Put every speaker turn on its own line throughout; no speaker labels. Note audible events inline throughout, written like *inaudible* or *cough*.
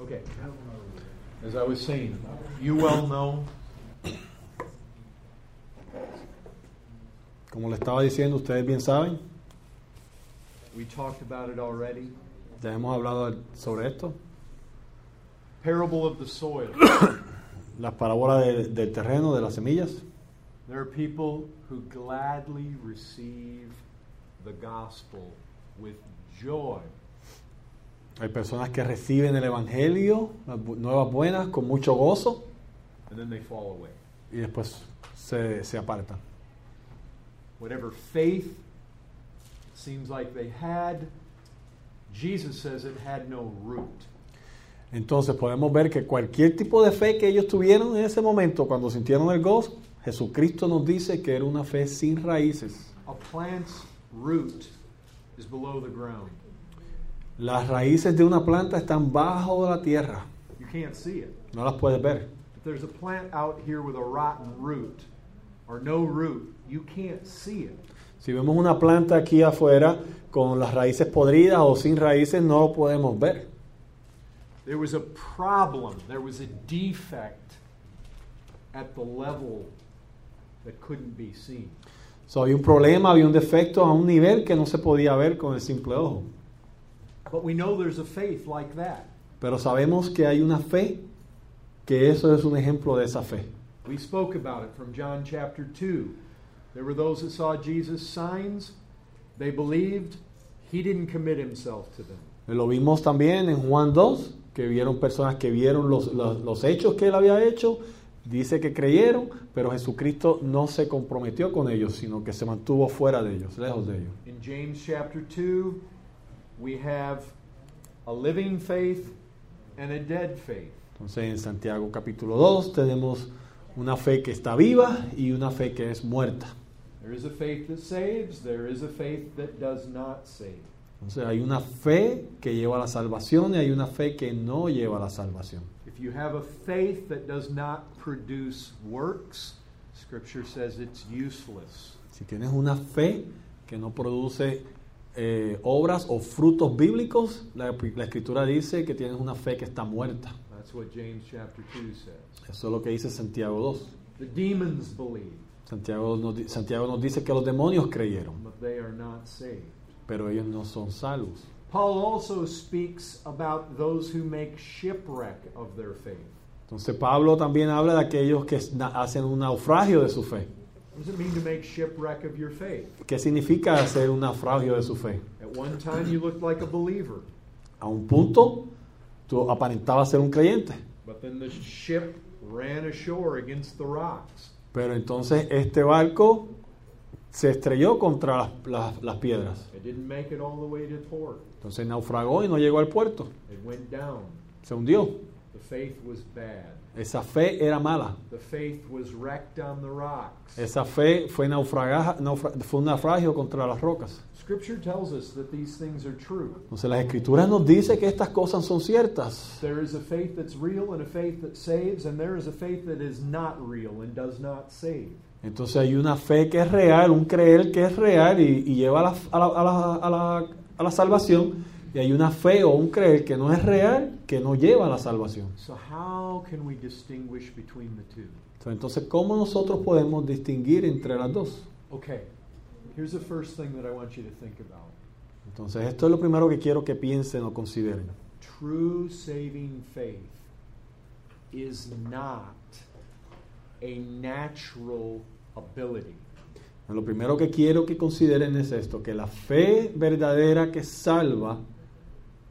Okay. As I was saying, you well know.
Como le estaba diciendo, ustedes bien saben,
We talked about it already.
ya hemos hablado de- sobre esto,
Parable of the soil. *coughs*
las parábolas de- del terreno, de las semillas.
there are people who gladly receive the gospel with joy,
Hay personas que reciben el Evangelio, las bu- nuevas buenas, con mucho gozo,
and then they fall away.
y después se, se apartan.
Whatever faith it seems like they had, Jesus says it had no root.
Entonces podemos ver que cualquier tipo de fe que ellos tuvieron en ese momento, cuando sintieron el gozo, Jesucristo nos dice que era una fe sin raíces.
A plant's root is below the ground.
Las raíces de una planta están bajo la tierra,
You can't see it.
no las puedes ver.
If there's a plant out here with a rotten root or no root, you can't see it.
Si vemos una planta aquí afuera con las raíces podridas o sin raíces, no lo podemos ver.
There was a problem, there was a defect at the level that couldn't be seen.
So, había un problema, había un defecto a un nivel que no se podía ver con el simple ojo.
But we know there's a faith like that.
Pero sabemos que hay una fe, que eso es un ejemplo de esa fe.
We spoke about it from John chapter 2. There were those that saw Jesus' signs, they believed, he didn't commit himself to them.
Lo vimos también en Juan 2, que vieron personas que vieron los, los- los hechos que él había hecho, dice que creyeron, pero Jesucristo no se comprometió con ellos, sino que se mantuvo fuera de ellos, lejos de ellos.
In James chapter 2, we have a living faith and a dead faith.
Entonces en Santiago capítulo 2 tenemos una fe que está viva y una fe que es muerta.
There is a faith that saves, there is a faith that does not save.
Entonces hay una fe que lleva a la salvación y hay una fe que no lleva a la salvación.
If you have a faith that does not produce works, Scripture says it's useless.
Si tienes una fe que no produce eh, obras o frutos bíblicos, la, la escritura dice que tienes una fe que está muerta.
That's what James chapter 2 says.
Eso es lo que dice Santiago 2.
The demons believe,
Santiago nos, di- Santiago nos dice que los demonios creyeron,
but they are not saved.
pero ellos no son salvos.
Paul also speaks about those who make shipwreck of their faith.
Entonces Pablo también habla de aquellos que na- hacen un naufragio de su fe.
What does it mean to make shipwreck of your faith?
¿Qué significa hacer un naufragio de su fe?
At one time you looked like a believer,
A un punto, tú aparentabas ser un creyente,
but then the ship ran ashore against the rocks.
pero entonces este barco se estrelló contra las, las- las piedras.
It didn't make it all the way to port.
Entonces naufragó y no llegó al puerto,
It went down.
se hundió.
The faith was bad.
Esa fe era mala.
The faith was wrecked on the rocks.
Esa fe fue, naufraga- naufra- fue un naufragio contra las rocas.
Scripture tells us that these things are true.
Entonces las escrituras nos dice que estas cosas son ciertas.
There is a faith that's real and a faith that saves, and there is a faith that is not real and does not save.
Entonces hay una fe que es real, un creer que es real y, y lleva a la, a, la, a la- a la- a la salvación. Y hay una fe o un creer que no es real, que no lleva a la salvación.
So, how can we distinguish between the two?
Entonces, ¿cómo nosotros podemos distinguir entre las dos?
Okay, here's the first thing that I want you to think about
Entonces, esto es lo primero que quiero que piensen o consideren.
true saving faith is not a natural ability.
Lo primero que quiero que consideren es esto, que la fe verdadera que salva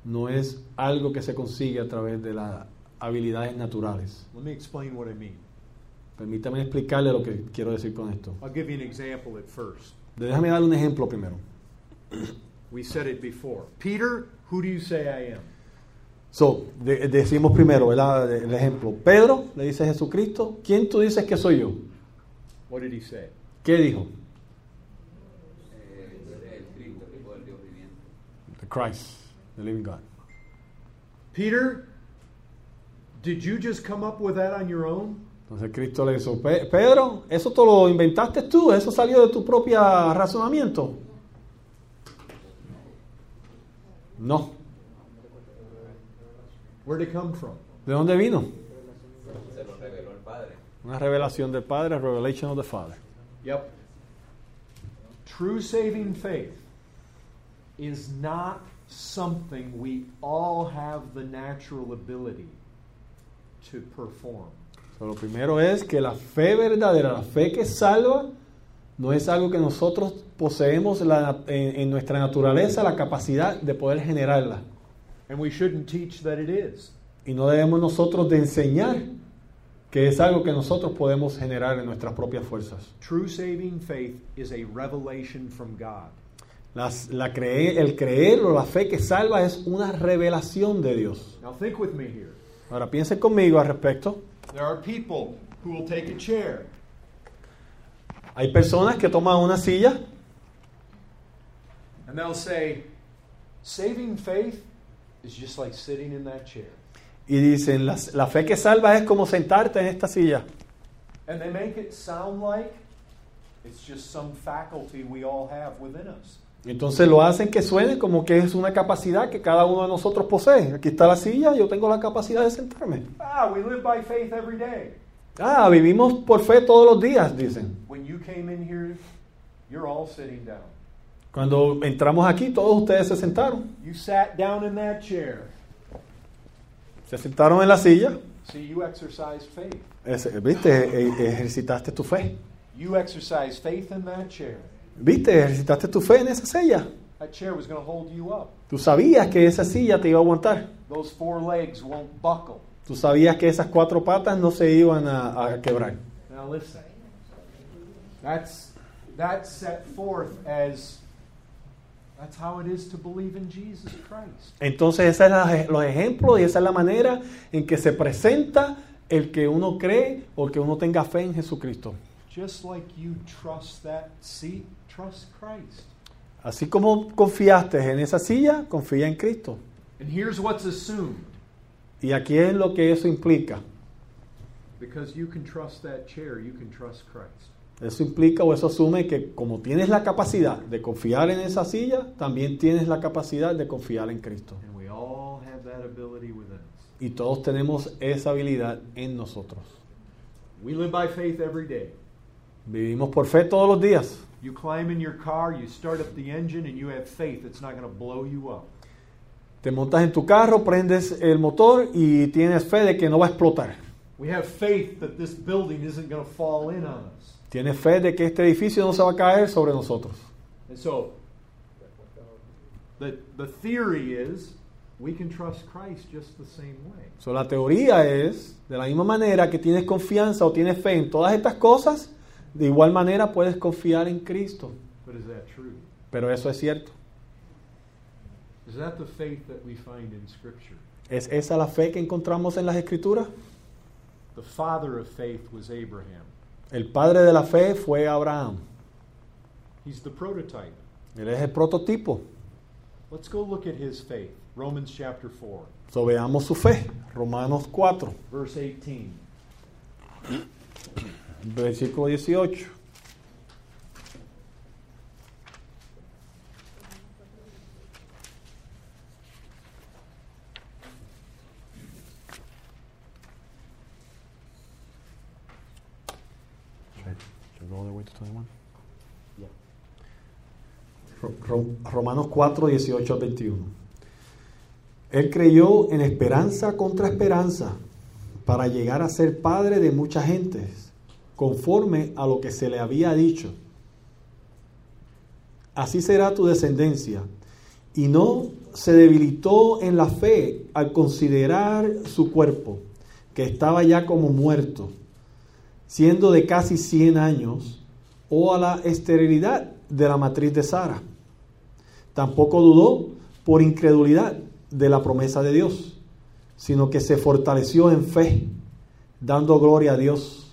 no es algo que se consigue a través de las habilidades naturales.
Let me explain what I mean.
Permítame explicarle lo que quiero decir con esto.
I'll give you an example at first.
Déjame dar un ejemplo primero.
We said it before. Peter, who do you say I am?
So, de- decimos primero ¿verdad? el ejemplo. Pedro le dice a Jesucristo, ¿quién tú dices que soy yo?
What did he say?
¿Qué dijo?
el, el Cristo, el Hijo del Dios viviente.
The Christ, the living God.
Peter, did you just come up with that on your own?
Entonces Cristo le dice, "Pe- Pedro, eso te lo inventaste tú, eso salió de tu propio razonamiento. No.
Where'd it come from?
¿De dónde vino?
Se lo reveló el Padre.
Una revelación del Padre, revelation of the Father.
Yep. True saving faith is not something we all have the natural ability to perform.
So, lo primero es que la fe verdadera, la fe que salva, no es algo que nosotros poseemos la- en, en nuestra naturaleza, la capacidad de poder generarla.
And we shouldn't teach that it is.
Y no debemos nosotros de enseñar que es algo que nosotros podemos generar en nuestras propias fuerzas.
True saving faith is a revelation from God.
Las- la cree- el creer o la fe que salva es una revelación de Dios.
Now, think with me here.
Ahora piensen conmigo al respecto.
There are people who will take a chair
Hay personas que toman una silla
and they'll say, saving faith is just like sitting in that chair.
y dicen, la, la fe que salva es como sentarte en esta silla.
And they make it sound like it's just some faculty we all have within us.
Entonces lo hacen que suene como que es una capacidad que cada uno de nosotros posee. Aquí está la silla, yo tengo la capacidad de sentarme.
Ah, we live by faith every day.
Ah, vivimos por fe todos los días, dicen.
When you came in here, you're all sitting down.
Cuando entramos aquí, todos ustedes se sentaron.
You sat down in that chair.
Se sentaron en la silla.
See, you exercised faith.
Ese- Viste, E- ejercitaste tu fe.
You exercised faith in that chair.
Viste, ejercitaste tu fe en esa silla.
That chair was going to hold you up.
Tú sabías que esa silla te iba a aguantar.
Those four legs won't buckle.
Tú sabías que esas cuatro patas no se iban a, a quebrar.
Now listen. That's that's set forth as that's how it is to believe in Jesus Christ.
Entonces, esos son los ejemplos y esa es la manera en que se presenta el que uno cree o el que uno tenga fe en Jesucristo.
Just like you trust that seat, trust Christ.
Así como confiaste en esa silla, confía en Cristo.
And here's what's assumed
Y aquí es lo que eso implica.
because you can trust that chair, you can trust Christ.
Eso implica o eso asume que como tienes la capacidad de confiar en esa silla, también tienes la capacidad de confiar en Cristo.
And we all have that ability within us.
Y todos tenemos esa habilidad en nosotros.
We live by faith every day.
Vivimos por fe todos los días.
You climb in your car, you start up the engine, and you have faith it's not going to blow you up.
Te montas en tu carro, prendes el motor y tienes fe de que no va a explotar.
We have faith that this building isn't going to fall in on us.
Tienes fe de que este edificio no se va a caer sobre nosotros.
And so, the, the theory is we can trust Christ just the same way.
So, la teoría es, de la misma manera que tienes confianza o tienes fe en todas estas cosas, de igual manera puedes confiar en Cristo.
But is that true?
Pero eso es cierto.
Is that the faith that we find in Scripture?
¿Es esa la fe que encontramos en las Escrituras?
The father of faith was Abraham,
El padre de la fe fue Abraham.
he's the prototype.
Él es el prototipo.
Let's go look at his faith. Romans chapter 4,
So, veamos su fe. Romanos 4,
verse 18.
versículo 18. Ro- Ro- Romanos 4, 18 al 21. Él creyó en esperanza contra esperanza para llegar a ser padre de muchas gentes, conforme a lo que se le había dicho. Así será tu descendencia. Y no se debilitó en la fe al considerar su cuerpo, que estaba ya como muerto, siendo de casi 100 años, o a la esterilidad de la matriz de Sara. Tampoco dudó por incredulidad de la promesa de Dios, sino que se fortaleció en fe, dando gloria a Dios,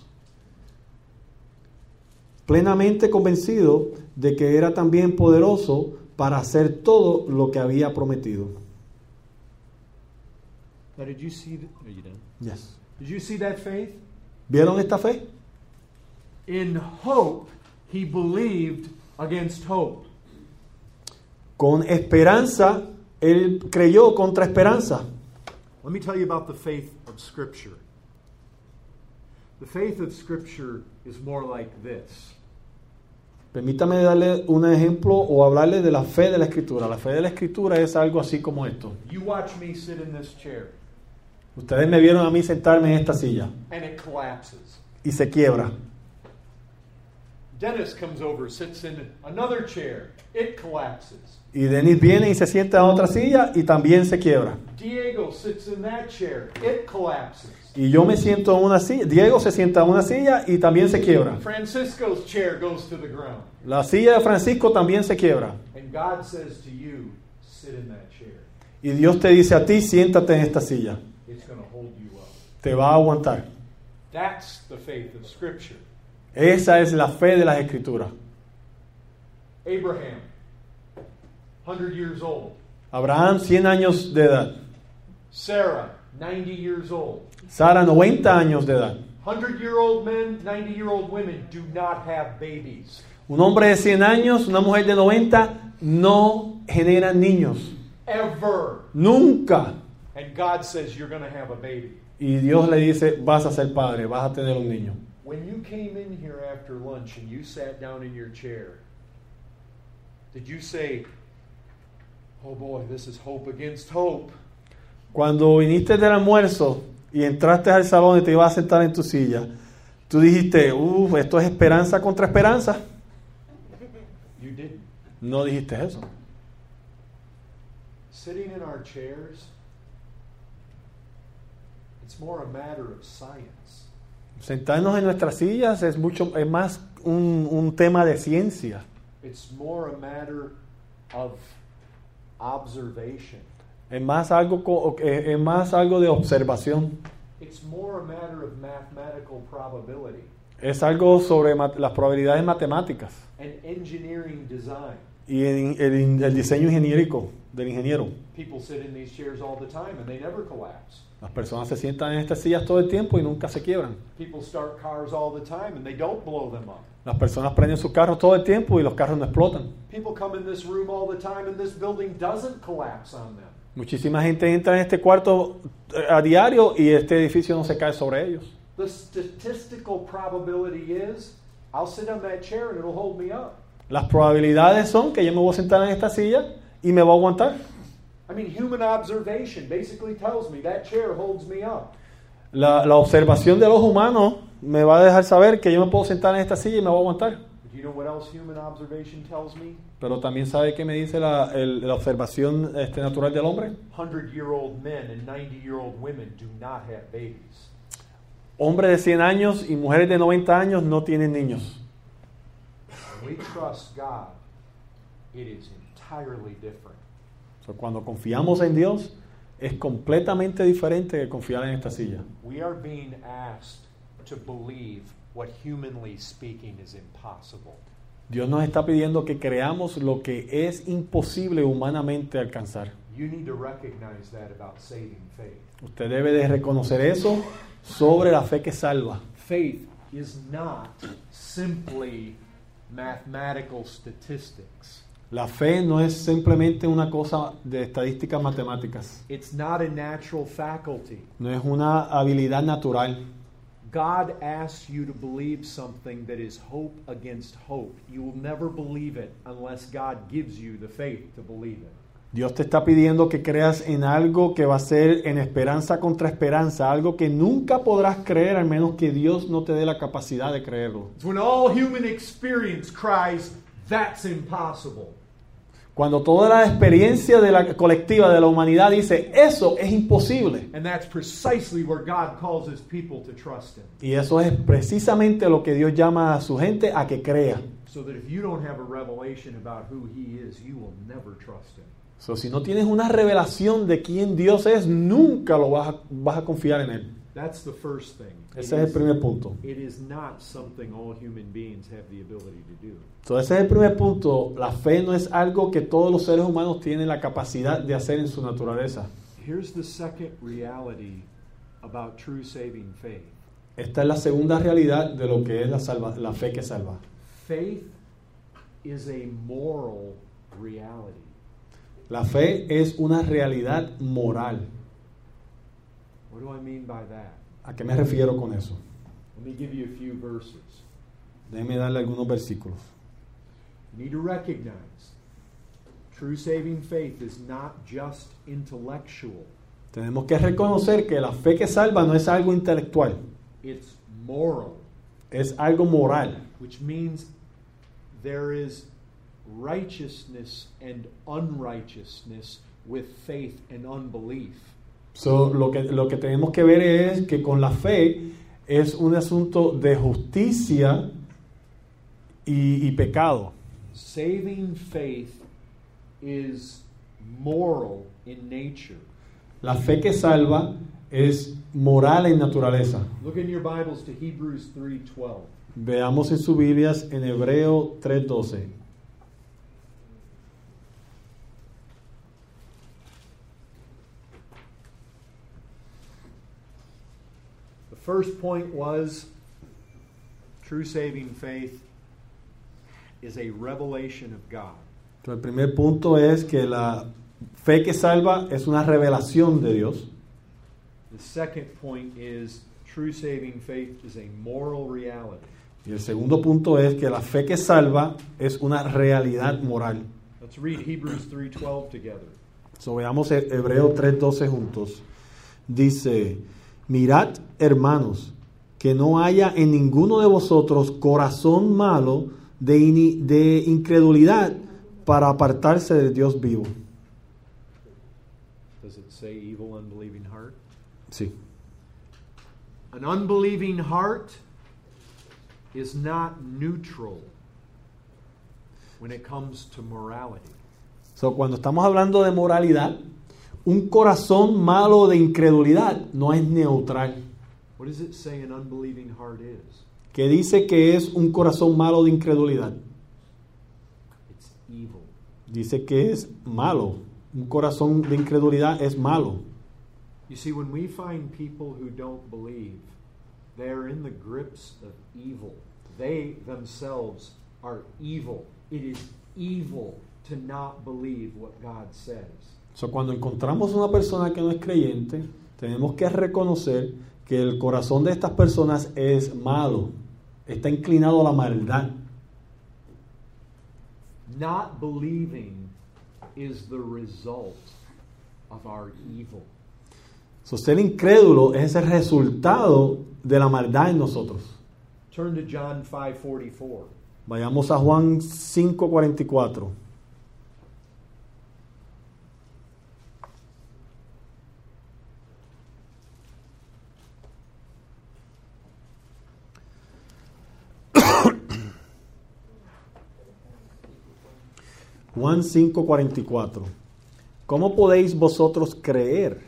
plenamente convencido de que era también poderoso para hacer todo lo que había prometido.
Now, did you see? th- Are you done?
Yes.
Did you see that faith?
¿Vieron esta fe?
In hope, he believed against hope.
Con esperanza, él creyó contra esperanza.
Let me tell you about the faith of Scripture. The faith of Scripture is more like this.
Permítame darle un ejemplo o hablarle de la fe de la escritura. La fe de la escritura es algo así como esto.
You watch me sit in this chair,
Ustedes me vieron a mí sentarme en esta silla
and it collapses.
y se quiebra.
Dennis comes over, sits in another chair, it collapses.
Y Denis viene y se sienta en otra silla y también se quiebra.
Diego sits in that chair, it collapses.
Y yo me siento en una silla, Diego se sienta en una silla y también se quiebra.
Francisco's chair goes to the ground.
La silla de Francisco también se quiebra.
And God says to you, sit in that chair.
Y Dios te dice a ti, siéntate en esta silla.
It's going to hold you up.
Te va a aguantar.
That's the faith of Scripture.
Esa es la fe de las escrituras.
Abraham, 100 years old.
Abraham, 100 años de edad.
Sarah, 90 years old.
Sara, 90 años de edad.
100 year old men, 90 year old women do not have babies.
Un hombre de 100 años, una mujer de 90 no generan niños.
Ever.
Nunca.
And God says you're going to have a baby.
Y Dios le dice, vas a ser padre, vas a tener un niño.
When you came in here after lunch and you sat down in your chair, did you say, Oh boy, this is hope against hope?
Cuando viniste del almuerzo y entraste al salón y te ibas a sentar en tu silla, tú dijiste, uff, esto es esperanza contra esperanza.
You didn't.
No dijiste eso.
Sitting in our chairs, it's more a matter of science.
Sentarnos en nuestras sillas es mucho, es más un, un tema de ciencia.
It's more a matter of observation.
Es más algo, co- eh, es es más algo de observación.
It's more a matter of mathematical probability
Es algo sobre mat- las probabilidades matemáticas
and engineering design.
y el, el- el diseño ingenierico del ingeniero.
People sit in these chairs all the time and they never collapse.
Las personas se sientan en estas sillas todo el tiempo y nunca se quiebran.
People start cars all the time and they don't blow them up.
Las personas prenden sus carros todo el tiempo y los carros no explotan.
People come in this room all the time and this building doesn't collapse on them.
Muchísima gente entra en este cuarto eh, a diario y este edificio no se cae sobre ellos.
The statistical probability is I'll sit on that chair and it'll hold me up.
Las probabilidades son que yo me voy a sentar en esta silla y me va a aguantar.
I mean, human observation basically tells me that chair holds me up.
La, la observación de los humanos me va a dejar saber que yo me puedo sentar en esta silla y me va a aguantar.
But do you know what else human observation tells me?
Pero también sabe qué me dice la, el- la observación este, natural del hombre.
100 year old men and 90 year old women do not have babies.
Hombres de 100 años y mujeres de 90 años no tienen niños.
When we trust God, it is entirely different.
O sea, cuando confiamos en Dios es completamente diferente que confiar en esta silla.
We are being asked to believe what humanly speaking is impossible.
Dios nos está pidiendo que creamos lo que es imposible humanamente alcanzar.
You need to recognize that about saving faith.
Usted debe de reconocer eso sobre la fe que salva.
Faith is not simply mathematical statistics.
La fe no es simplemente una cosa de estadísticas matemáticas,
It's not a natural faculty.
no es una habilidad natural.
God asks you to believe something that is hope against hope. You will never believe it unless God gives you the faith to believe it.
Dios te está pidiendo que creas en algo que va a ser en esperanza contra esperanza, algo que nunca podrás creer al menos que Dios no te dé la capacidad de creerlo.
It's when all human experience cries, that's impossible.
Cuando toda la experiencia de la colectiva de la humanidad dice, eso es imposible.
And that's precisely where God calls his people to trust him.
Y eso es precisamente lo que Dios llama a su gente a que crea.
So that if you don't have a revelation about who he is, you will never trust him.
So, si no tienes una revelación de quién Dios es, nunca lo vas a, vas a confiar en Él.
That's the first thing. It
Ese es el
is,
primer punto.
it is not something all human beings have the ability to do.
So, ese es el primer punto. La fe no es algo que todos los seres humanos tienen la capacidad de hacer en su naturaleza.
Here's the second reality about true saving faith
Esta es la segunda realidad de lo que es la, salva- la fe que salva.
faith is a moral reality.
La fe es una realidad moral.
What do I mean by that?
¿A qué me refiero con eso?
Let me give you a few verses.
Déjeme darle algunos versículos.
You need to recognize true saving faith is not just intellectual,
Tenemos que reconocer que la fe que salva no es algo intelectual,
it's moral,
es algo moral,
which means there is righteousness and unrighteousness with faith and unbelief.
So, lo, que, lo que tenemos que ver es que con la fe es un asunto de justicia y, y pecado.
Saving faith is moral in nature.
La fe que salva es moral en naturaleza.
Look in your Bibles to Hebrews 3:12.
Veamos en sus Biblias en Hebreo 3.12.
The first point was true saving faith is a revelation of God.
Entonces, el primer punto es que la fe que salva es una revelación de Dios.
The second point is true saving faith is a moral reality.
Y el segundo punto es que la fe que salva es una realidad moral.
Let's read Hebrews 3:12 together.
So, veamos He- Hebreo 3:12 juntos. Dice, mirad hermanos, que no haya en ninguno de vosotros corazón malo de, ini- de incredulidad para apartarse del Dios vivo.
Does it say evil unbelieving heart?
Sí.
An unbelieving heart is not neutral when it comes to morality.
So, cuando estamos hablando de moralidad, un corazón malo de incredulidad no es neutral.
What does it say an unbelieving heart is?
Que dice que es un corazón malo de incredulidad.
It's evil.
Dice que es malo. Un corazón de incredulidad es malo.
You see, when we find people who don't believe, they're in the grips of evil. They themselves are evil. It is evil to not believe what God says.
So, cuando encontramos una persona que no es creyente, tenemos que reconocer que el corazón de estas personas es malo, está inclinado a la maldad.
Not believing is the result of our evil.
So, ser incrédulo es el resultado de la maldad en nosotros.
Turn to John 5:44.
Vayamos a Juan 5:44. *coughs* Juan 5:44. ¿Cómo podéis vosotros creer?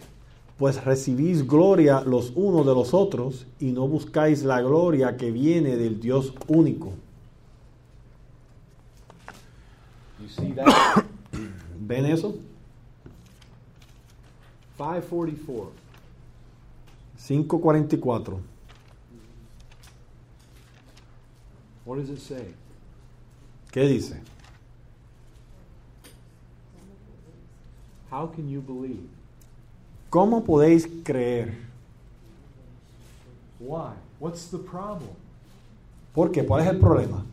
Pues recibís gloria los unos de los otros y no buscáis la gloria que viene del Dios único.
You see that? *coughs*
¿Ven eso?
544.
5.44.
What does it say?
¿Qué dice?
How can you believe?
¿Cómo podéis creer?
Why? What's the problem?
¿Por qué? ¿Cuál es el problema?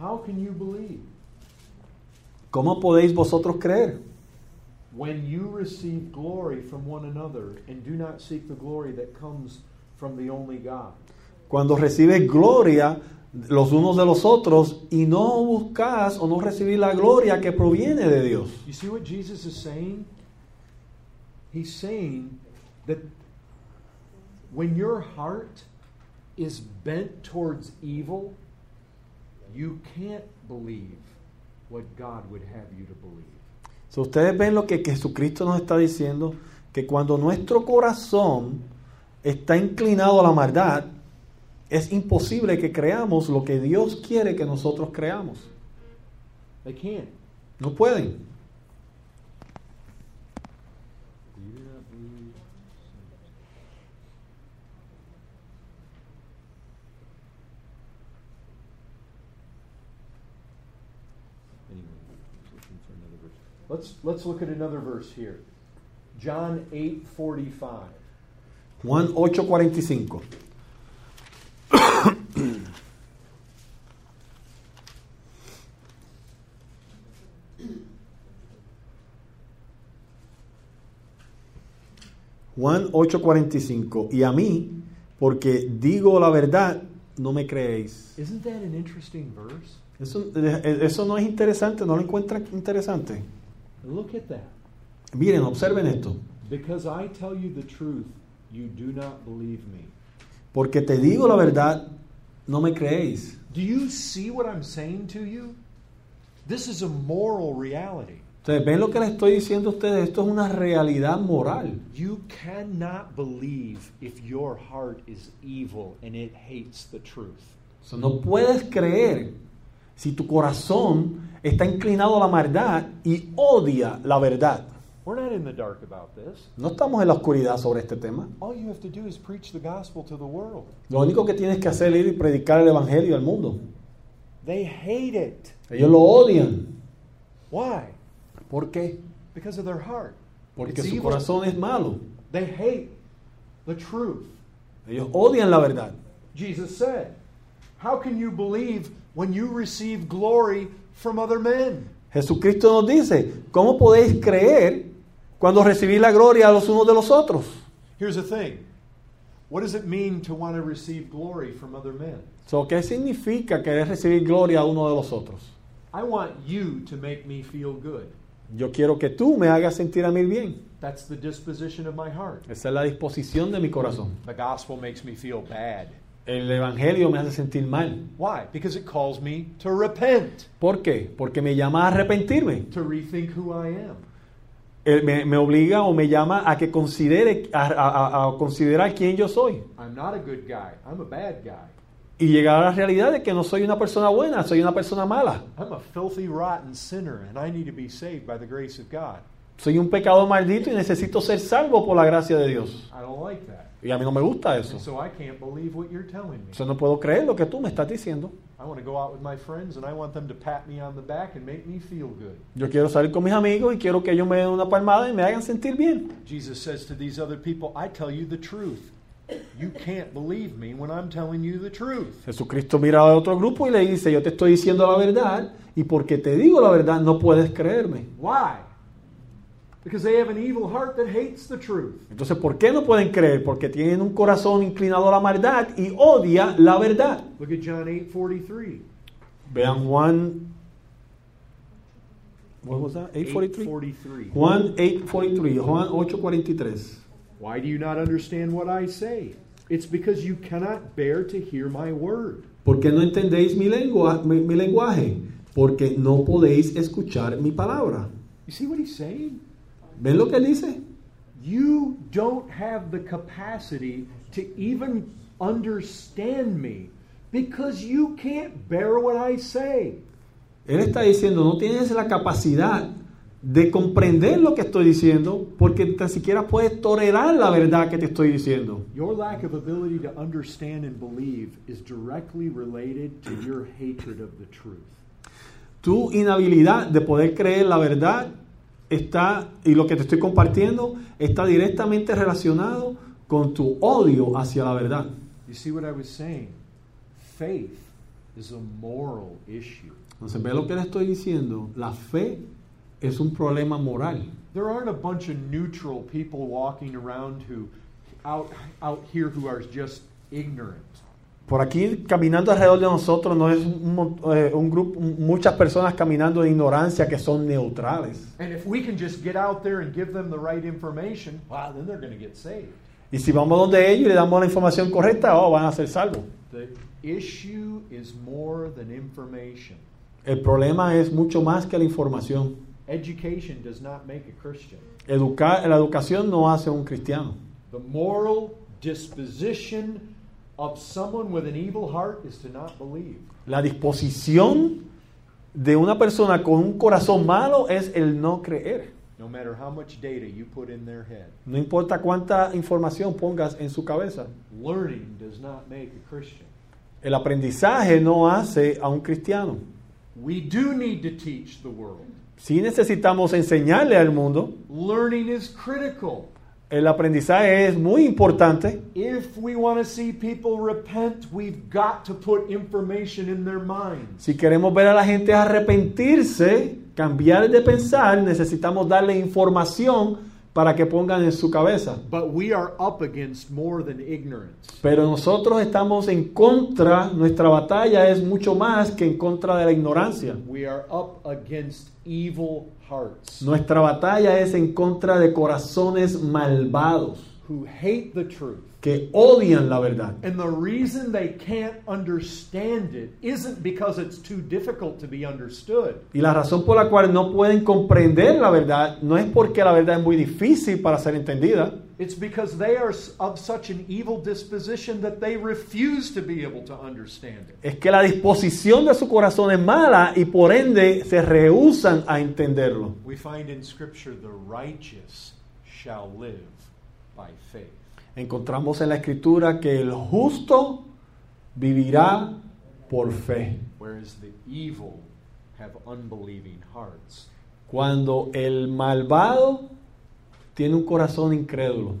How can you believe?
¿Cómo podéis vosotros creer?
When you receive glory from one another and do not seek the glory that comes from the only God.
Cuando recibes gloria los unos de los otros y no buscas o no recibís la gloria que proviene de Dios.
You see what Jesus is saying? He's saying that when your heart is bent towards evil, you can't believe what God would have you to believe.
So, ustedes ven lo que Jesucristo nos está diciendo, que cuando nuestro corazón está inclinado a la maldad, es imposible que creamos lo que Dios quiere que nosotros creamos.
They can't.
No pueden.
Anyway, looking for another verse. Let's let's look at another verse here. John 8:45.
Juan 8:45. Juan 8:45. Y a mí, porque digo la verdad, no me creéis.
Isn't that an interesting verse?
Eso, eh, eso no es interesante, no lo encuentran interesante.
Look at that.
Miren, observen esto.
Because I tell you the truth, you do not believe me.
Porque te digo la verdad, no me creéis.
Do you see what I'm saying to you? This is a moral reality.
Ustedes ven lo que les estoy diciendo a ustedes, esto es una realidad moral.
You cannot believe if your heart is evil and it hates the truth.
O sea, no puedes creer si tu corazón está inclinado a la maldad y odia la verdad.
We're not in the dark about this.
No estamos en la oscuridad sobre este tema.
All you have to do is preach the gospel to the world.
Lo único que tienes que hacer es ir y predicar el Evangelio al mundo.
They hate it.
Ellos lo odian.
Why?
¿Por qué?
Because of their heart.
Porque
It's
su
evil.
corazón es malo.
They hate the truth.
Ellos odian la verdad.
Jesus said, How can you believe when you receive glory from other men?
Jesucristo nos dice, ¿cómo podéis creer cuando recibís la gloria a los unos de los otros?
Here's the thing what does it mean to want to receive glory from other men?
So, ¿Qué significa querer recibir gloria a uno de los otros?
I want you to make me feel good.
Yo quiero que tú me hagas sentir a mí bien.
That's the disposition of my heart.
Esa es la disposición de mi corazón.
The gospel makes me feel bad.
El Evangelio me hace sentir mal.
Why? Because it calls me to repent,
¿Por qué? Porque me llama a arrepentirme.
to rethink who I am.
Él me, me obliga o me llama a que considere, a, a- a- a considerar quién yo soy.
I'm not a good guy. I'm a bad guy.
Y llegar a la realidad de que no soy una persona buena, soy una persona mala.
I'm a filthy, rotten sinner, and I need to be saved by the grace of God.
Soy un pecado maldito y necesito ser salvo por la gracia de Dios.
I don't like that.
Y a mí no me gusta eso.
And so I can't believe what you're telling me.
Yo no puedo creer lo que tú me estás diciendo.
I want to go out with my friends and I want them to pat me on the back and make me feel good.
Yo quiero salir con mis amigos y quiero que ellos me den una palmada y me hagan sentir bien.
Jesus says to these other people, I tell you the truth. You can't believe me when I'm telling you the truth.
Jesucristo mira a otro grupo y le dice, yo te estoy diciendo la verdad y porque te digo la verdad no puedes creerme.
Why? Because they have an evil heart that hates the truth.
Entonces, ¿por qué no pueden creer? Porque tienen un corazón inclinado a la maldad y odia la verdad.
Look at John 8:43.
Vean Juan... What was that? 843.
8:43.
Juan 8:43, Juan 8:43.
Why do you not understand what I say? It's because you cannot bear to hear my word.
¿Por qué no entendéis mi, lengua, mi, mi lenguaje? Porque no podéis escuchar mi palabra.
You see what he's saying?
¿Ven lo que él dice?
You don't have the capacity to even understand me because you can't bear what I say.
Él está diciendo, no tienes la capacidad de comprender lo que estoy diciendo porque ni tan siquiera puedes tolerar la verdad que te estoy diciendo.
Your lack of ability to understand and believe is directly related to your hatred of the truth.
Tu inhabilidad de poder creer la verdad está, y lo que te estoy compartiendo, está directamente relacionado con tu odio hacia la verdad.
You see what I was saying? Faith is a moral issue.
Entonces, ve lo que le estoy diciendo. La fe es un problema moral.
There aren't a bunch of neutral people walking around who out out here who are just ignorant.
Por aquí caminando alrededor de nosotros no es un, mon- eh, un grupo, muchas personas caminando de ignorancia que son neutrales.
And if we can just get out there and give them the right information, wow, then they're going to get saved.
Y si vamos donde ellos y le damos la información correcta, oh, van a ser salvos.
The issue is more than information.
El problema es mucho más que la información.
Education does not make a Christian.
Educar, la educación no hace un cristiano.
The moral disposition of someone with an evil heart is to not believe.
La disposición de una persona con un corazón malo es el no creer.
No matter how much data you put in their head,
No importa cuánta información pongas en su cabeza.
learning does not make a Christian.
El aprendizaje no hace a un cristiano.
We do need to teach the world.
Sí necesitamos enseñarle al mundo.
Learning is critical.
El aprendizaje es muy importante.
If we want to see people repent, we've got to put information in their minds.
Si queremos ver a la gente arrepentirse, cambiar de pensar, necesitamos darle información para que pongan en su cabeza.
But we are up against more than ignorance.
Pero nosotros estamos en contra, nuestra batalla es mucho más que en contra de la ignorancia.
We are up against evil hearts
Nuestra batalla es en contra de corazones malvados
who hate the truth.
que odian la verdad.
And the reason they can't understand it isn't because it's too difficult to be understood.
Y la razón por la cual no pueden comprender la verdad no es porque la verdad es muy difícil para ser entendida,
It's because they are s- of such an evil disposition that they refuse to be able to understand it.
es que la disposición de su corazón es mala y por ende se rehusan a entenderlo.
We find in Scripture the righteous shall live by faith.
Encontramos en la escritura que el justo vivirá por fe.
whereas the evil have unbelieving hearts.
Cuando el malvado tiene un corazón incrédulo,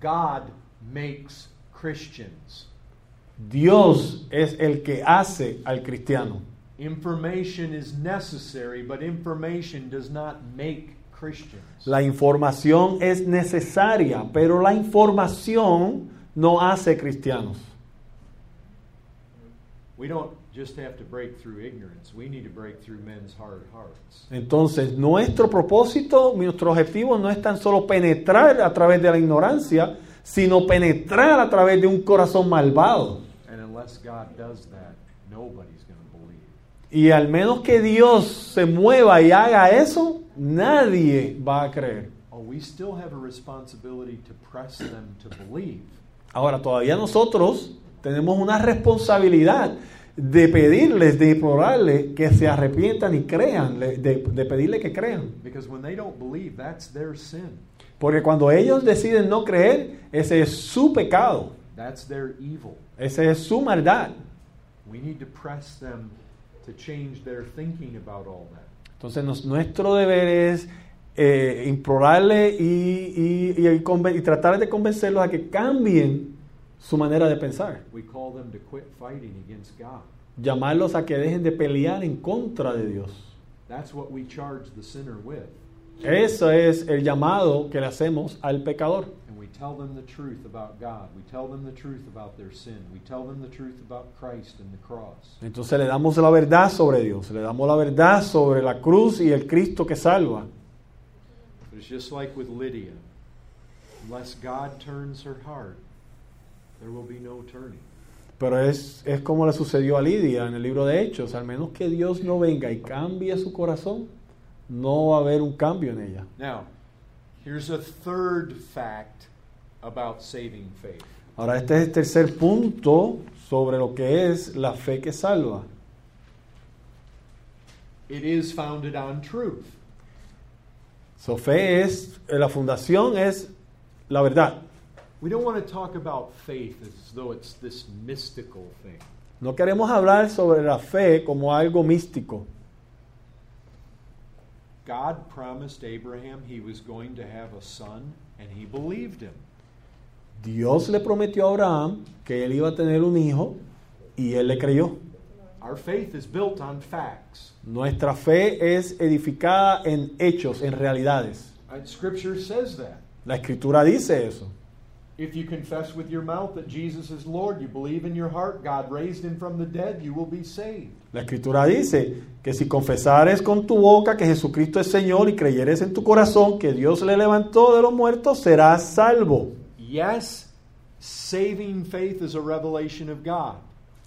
God makes Christians.
Dios es el que hace al cristiano.
Information is necessary, but information does not make Christians.
La información es necesaria, pero la información no hace cristianos.
We don't just have to break through ignorance, we need to break through men's hard hearts.
Entonces, nuestro propósito, nuestro objetivo no es tan solo penetrar a través de la ignorancia, sino penetrar a través de un corazón malvado.
And unless God does that, nobody's going to believe.
Y al menos que Dios se mueva y haga eso, nadie va a creer.
Oh, we still have a responsibility to press them to believe.
Ahora, todavía nosotros tenemos una responsabilidad de pedirles, de implorarles que se arrepientan y crean, le- de, de pedirle que crean.
Because when they don't believe, that's their sin.
Porque cuando ellos deciden no creer, ese es su pecado,
That's their evil.
esa es su maldad.
We need to press them to change their thinking about all that.
Entonces nos- nuestro deber es eh, implorarle y, y- y el conven- y tratar de convencerlos a que cambien su manera de pensar.
We call them to quit fighting against God.
Llamarlos a que dejen de pelear en contra de Dios.
That's what we charge the sinner with.
Ese es el llamado que le hacemos al pecador.
And we tell them the truth about God. We tell them the truth about their sin. We tell them the truth about Christ and the cross.
Entonces le damos la verdad sobre Dios, le damos la verdad sobre la cruz y el Cristo que salva.
But it's just like with Lydia. Unless God turns her heart, there will be no turning.
Pero es, es como le sucedió a Lidia en el libro de Hechos, al menos que Dios no venga y cambie su corazón, no va a haber un cambio en ella.
Now, here's a third fact about saving faith.
Ahora este es el tercer punto sobre lo que es la fe que salva.
It is founded on truth.
Su fe es, eh, la fundación es la verdad.
We don't want to talk about faith as though it's this mystical thing.
No queremos hablar sobre la fe como algo místico.
God promised Abraham he was going to have a son, and he believed him.
Dios le prometió a Abraham que él iba a tener un hijo y él le creyó.
Our faith is built on facts.
Nuestra fe es edificada en hechos, en realidades.
Uh, scripture says that.
La escritura dice eso.
If you confess with your mouth that Jesus is Lord, you believe in your heart God raised him from the dead, you will be saved.
La escritura dice que si confesares con tu boca que Jesucristo es Señor y creyeres en tu corazón que Dios le levantó de los muertos, serás salvo.
Yes, saving faith is a revelation of God.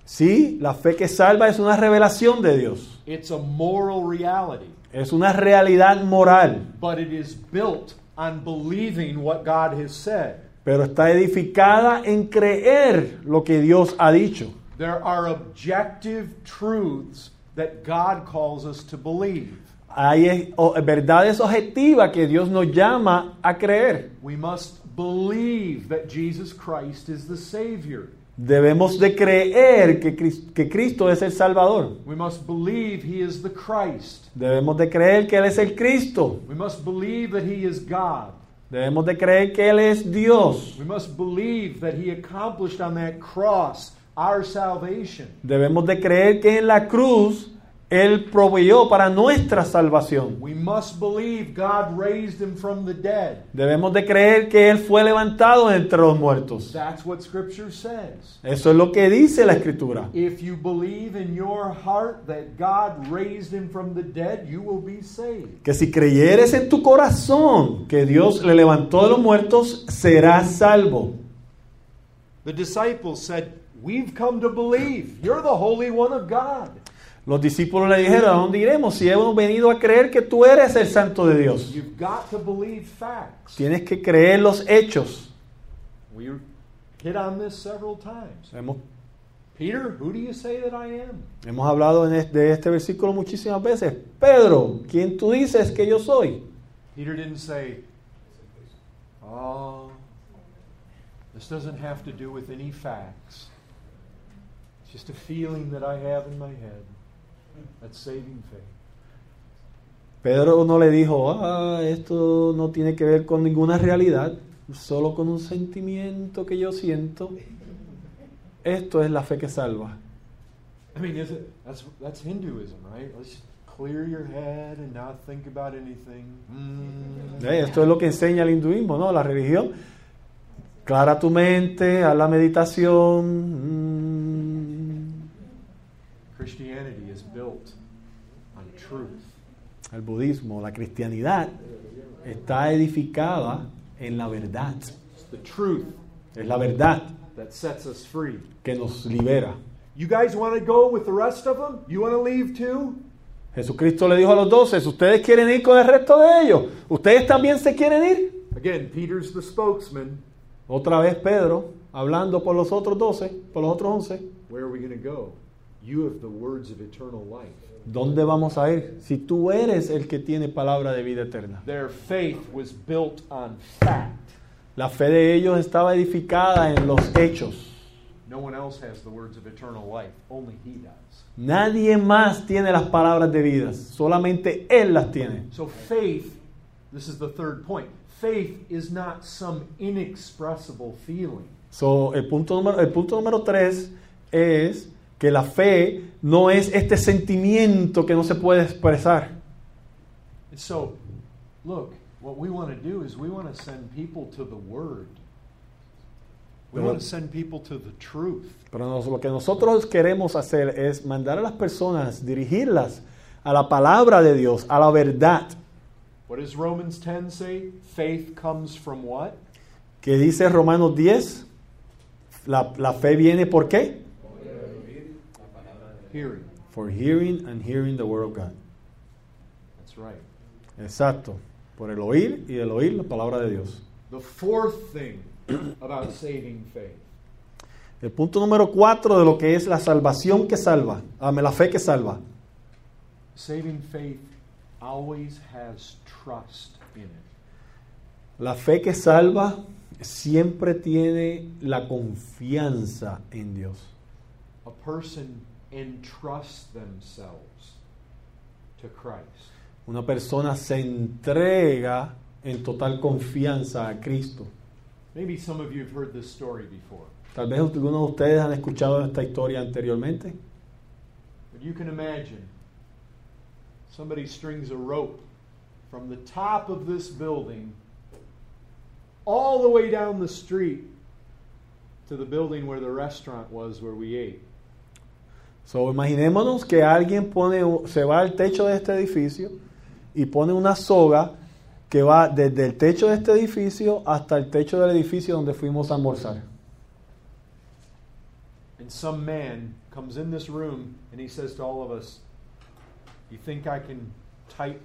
Sí, la fe que salva es una revelación de Dios.
It's a moral reality,
Es una realidad moral,
but it is built on believing what God has said.
pero está edificada en creer lo que Dios ha dicho.
There are objective truths that God calls us to believe.
Hay eh, o- verdades objetivas que Dios nos llama a creer.
We must believe that Jesus Christ is the Savior.
Debemos de creer que, Cris- que Cristo es el Salvador.
We must believe he is the Christ.
Debemos de creer que Él es el Cristo.
We must believe that he is God.
Debemos de creer que Él es Dios.
We must believe that he accomplished on that cross our salvation.
Debemos de creer que en la cruz Él proveyó para nuestra salvación.
We must believe God raised him from the dead.
Debemos de creer que Él fue levantado entre los muertos.
That's what scripture says.
Eso es lo que dice la Escritura.
If you believe in your heart that God raised him from the dead, you will be saved.
Que si creyeres en tu corazón que Dios le levantó de los muertos, serás salvo.
The disciples said, We've come to believe. You're the Holy One of God.
Los discípulos le dijeron, ¿a dónde iremos si hemos venido a creer que tú eres el santo de Dios?
You've got to believe facts.
Tienes que creer los hechos.
We hit on this several times.
Hemos,
Peter, who do you say that I am?
hemos hablado en es- de este versículo muchísimas veces. Pedro, ¿quién tú dices que yo soy?
Peter didn't say, Oh, this doesn't have to do with any facts. It's just a feeling that I have in my head. That's saving faith.
Pedro no le dijo, ah, esto no tiene que ver con ninguna realidad, solo con un sentimiento que yo siento. Esto es la fe que salva.
I mean, is it, that's, that's Hinduism, right? Let's clear your head and not think about anything. Mm.
Eh, Esto es lo que enseña el hinduismo, ¿no? La religión. Clara tu mente, haz la meditación. mm.
Christianity is built on truth.
El budismo, la cristianidad, está edificada en la verdad.
It's the truth
Es la verdad
that sets us free.
que nos libera.
You guys want to go with the rest of them? You want to leave too?
Jesucristo le dijo a los doce, ¿ustedes quieren ir con el resto de ellos? ¿Ustedes también se quieren ir?
Again, Peter's the spokesman.
Otra vez Pedro, hablando por los otros doce, por los otros once,
Where are we going to go? You have the words of eternal life.
¿dónde vamos a ir? Si tú eres el que tiene palabra de vida eterna.
Their faith was built on fact.
La fe de ellos estaba edificada en los hechos.
No one else has the words of eternal life, only He does.
Nadie más tiene las palabras de vida, solamente Él las tiene.
So faith, this is the third point. Faith is not some inexpressible feeling.
So, el, punto número, el punto número tres es que la fe no es este sentimiento que no se puede expresar.
And so, look, what we want to do is we want to send people to the Word. We
Well-
want to send people to the truth.
Pero nos- lo que nosotros queremos hacer es mandar a las personas, dirigirlas a la palabra de Dios, a la verdad,
What does Romans 10 say? Faith comes from what?
que dice Romanos 10. La, la fe viene por qué?
Hearing.
For hearing and hearing the word of God.
That's right.
Exacto. Por el oír y el oír la palabra de Dios.
The fourth thing *coughs* about saving faith
El punto número cuatro de lo que es la salvación que salva, ame la fe que salva.
saving faith always has trust in it.
La fe que salva siempre tiene la confianza en Dios.
A person entrusts themselves to Christ.
Una persona se entrega en total confianza a Cristo.
Maybe some of you have heard this story before,
Tal vez algunos de ustedes han escuchado esta historia anteriormente.
but you can imagine somebody strings a rope from the top of this building all the way down the street to the building where the restaurant was where we ate.
So, imaginémonos que alguien pone, u- se va al techo de este edificio y pone una soga que va desde el techo de este edificio hasta el techo del edificio donde fuimos a almorzar.
And some man comes in this room and he says to all of us, You think I can tight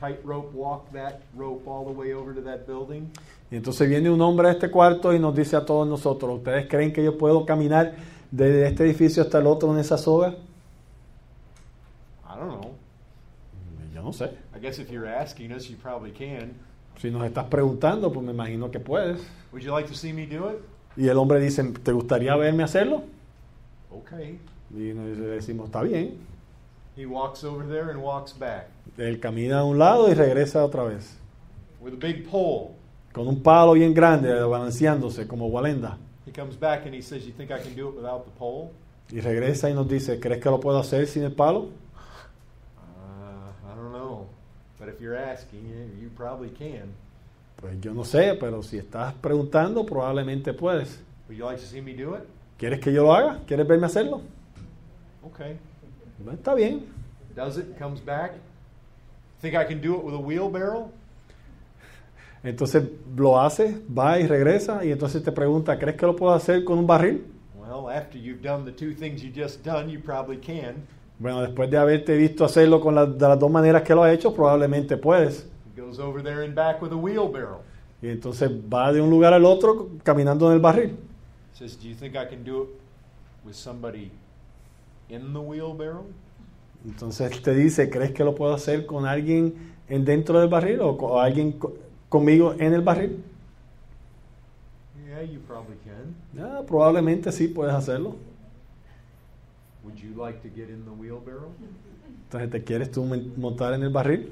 tightrope walk that rope all the way over to that building?
Y entonces viene un hombre a este cuarto y nos dice a todos nosotros, ¿ustedes creen que yo puedo caminar desde este edificio hasta el otro en esa soga?
I don't know.
Yo no sé.
I guess if you're asking us, you probably can.
Si nos estás preguntando, pues me imagino que puedes.
Would you like to see me do it?
Y el hombre dice, ¿te gustaría verme hacerlo?
Okay.
Y le decimos, está bien.
He walks over there and walks back
Él camina a un lado y regresa otra vez.
with a big pole.
Con un palo bien grande, balanceándose como Walenda.
He comes back and he says, You think I can do it without the pole?
Y regresa y nos dice, ¿crees que lo puedo hacer sin el palo?
Uh, I don't know. But if you're asking, you, you probably can.
Pues yo no sé, pero si estás preguntando, probablemente puedes.
Would you like to see me do it?
¿Quieres que yo lo haga? ¿Quieres verme hacerlo?
Okay.
Bueno, está bien.
Does it, comes back. Think I can do it with a wheelbarrow?
Entonces lo hace, va y regresa y entonces te pregunta, ¿crees que lo puedo hacer con un barril?
Well, after you've done the two things you just done, you probably can.
Bueno, después de haberte visto hacerlo con la- de las dos maneras que lo has hecho, probablemente puedes.
He goes over there and back with a wheelbarrow.
Y entonces va de un lugar al otro caminando en el barril.
Says, Do you think I can do it with somebody in the wheelbarrow?
Entonces te dice, ¿crees que lo puedo hacer con alguien en dentro del barril o con alguien co- conmigo en el barril?
Yeah, you probably can.
Ah, probablemente sí puedes hacerlo.
Would you like to get in the wheelbarrow?
Entonces te quieres tú men- montar en el barril.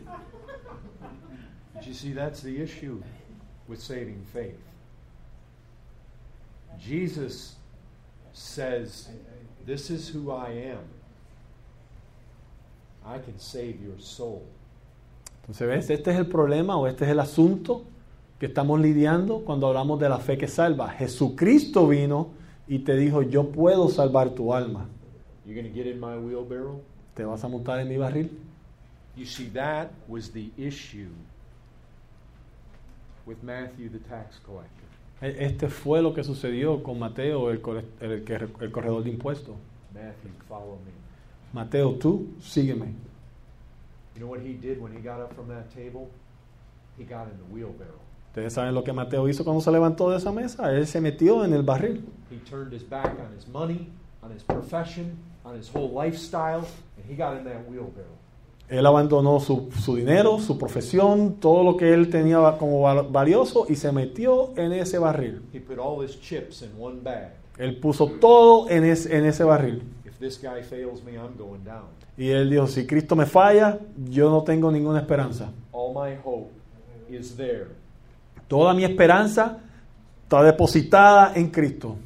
But you see, that's the issue with saving faith. Jesus says, This is who I am. I can save your soul.
Entonces ves, este es el problema o este es el asunto que estamos lidiando cuando hablamos de la fe que salva. Jesucristo vino y te dijo, yo puedo salvar tu alma.
You're going to get in my wheelbarrow?
¿Te vas a montar en mi barril?
You see, that was the issue with Matthew the tax collector.
E- Este fue lo que sucedió con Mateo, el, cole- el que- el corredor de impuestos.
Matthew, follow me.
Mateo, tú sígueme.
You know what he did when he got up from that table? He got in the wheelbarrow.
Ustedes saben lo que Mateo hizo cuando se levantó de esa mesa. Él se metió en el barril.
He turned his back on his money, on his profession, on his whole lifestyle, and he got in that wheelbarrow.
Él abandonó su, su dinero, su profesión, todo lo que él tenía va- como val- valioso y se metió en ese barril.
He put all his chips in one bag.
Él puso todo en, es- en ese barril.
If this guy fails me, I'm going down.
Y él dijo, si Cristo me falla, yo no tengo ninguna esperanza.
All my hope is there.
Toda mi esperanza está depositada en Cristo.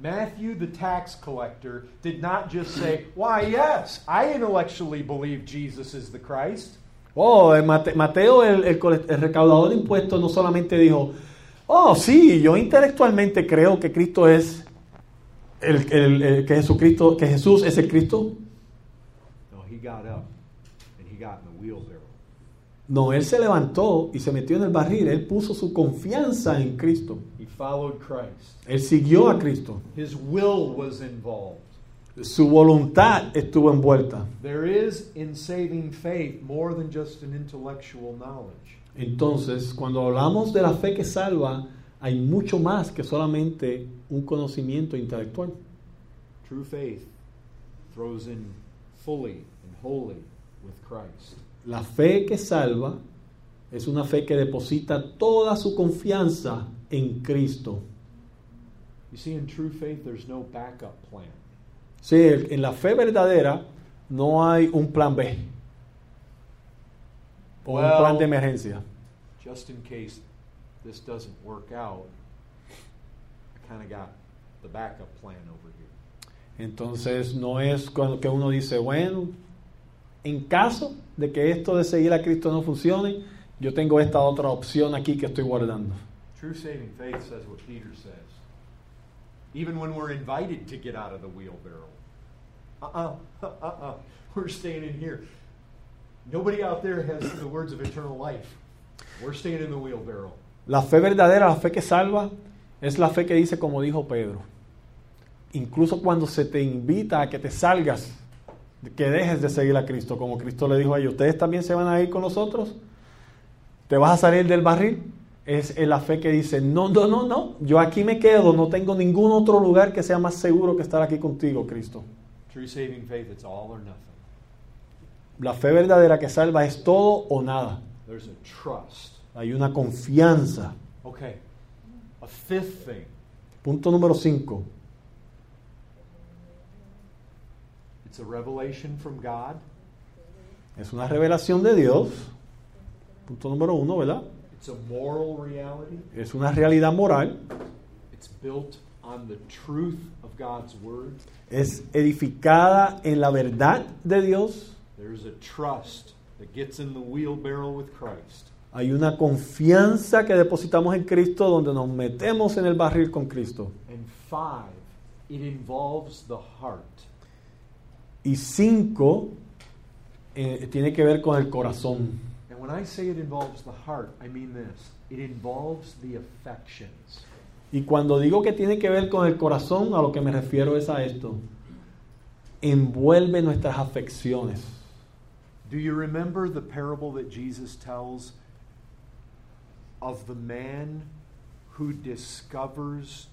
Matthew, the tax collector, did not just say, Why, yes, I intellectually believe Jesus is the Christ.
Oh, el Mate- Mateo, el, el cole- el recaudador de impuestos, no solamente dijo, oh, sí, yo intelectualmente creo que Cristo es el, el- el- que Jesucristo, que Jesús es el Cristo.
No, he got up and he got in the wheelbarrow.
No, él se levantó y se metió en el barril. Él puso su confianza en Cristo.
He followed Christ.
Él siguió a Cristo.
His will was involved.
Su voluntad estuvo envuelta.
There is in saving faith more than just an intellectual knowledge.
Entonces, cuando hablamos de la fe que salva, hay mucho más que solamente un conocimiento intelectual.
True faith throws in fully and wholly with Christ.
La fe que salva es una fe que deposita toda su confianza en Cristo.
You see, in true faith, there's no backup plan.
Sí, en la fe verdadera no hay un plan B o un
Well-
plan de emergencia.
Just in case this doesn't work out, I kind of got the backup plan over here.
Entonces no es cuando que uno dice, bueno, en caso de que esto de seguir a Cristo no funcione, yo tengo esta otra opción aquí que estoy guardando.
True saving faith says what Peter says. Even when we're invited to get out of the wheelbarrow. Uh-uh, uh-uh, we're staying in here. Nobody out there has the words of eternal life. We're staying in the wheelbarrow.
La fe verdadera, la fe que salva, es la fe que dice como dijo Pedro. Incluso cuando se te invita a que te salgas, que dejes de seguir a Cristo, como Cristo le dijo a ellos, ustedes también se van a ir con nosotros, te vas a salir del barril. Es la fe que dice, no, no, no, no, yo aquí me quedo, no tengo ningún otro lugar que sea más seguro que estar aquí contigo, Cristo.
True saving faith, it's all or nothing.
La fe verdadera que salva es todo o nada.
There's a trust.
Hay una confianza.
Okay. A fifth thing
Punto número 5.
It's a revelation from God.
Es una revelación de Dios. Punto número 1, ¿verdad?
It's a moral reality.
Es una realidad moral.
It's built on the truth of God's word.
Es edificada en la verdad de Dios.
There's a trust that gets in the wheelbarrow with Christ.
Hay una confianza que depositamos en Cristo donde nos metemos en el barril con Cristo.
And five, it involves the heart.
Y cinco, eh, tiene que ver con el corazón.
And when I say it involves the heart, I mean this it involves the affections.
Y cuando digo que tiene que ver con el corazón, a lo que me refiero es a esto. Envuelve nuestras afecciones.
Do you remember the parable that Jesus tells of the man who discovers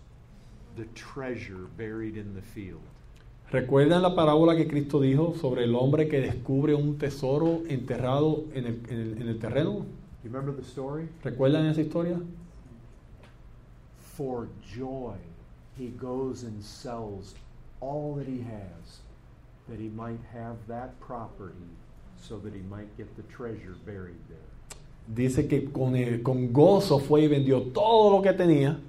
the treasure buried in the field?
¿Recuerdan la parábola que Cristo dijo sobre el hombre que descubre un tesoro enterrado en el, en el- en el terreno?
You remember the story?
¿Recuerdan esa historia?
For joy, he goes and sells all that he has that he might have that property so that he might get the treasure buried there.
Dice que con, el- con gozo fue y vendió todo lo que tenía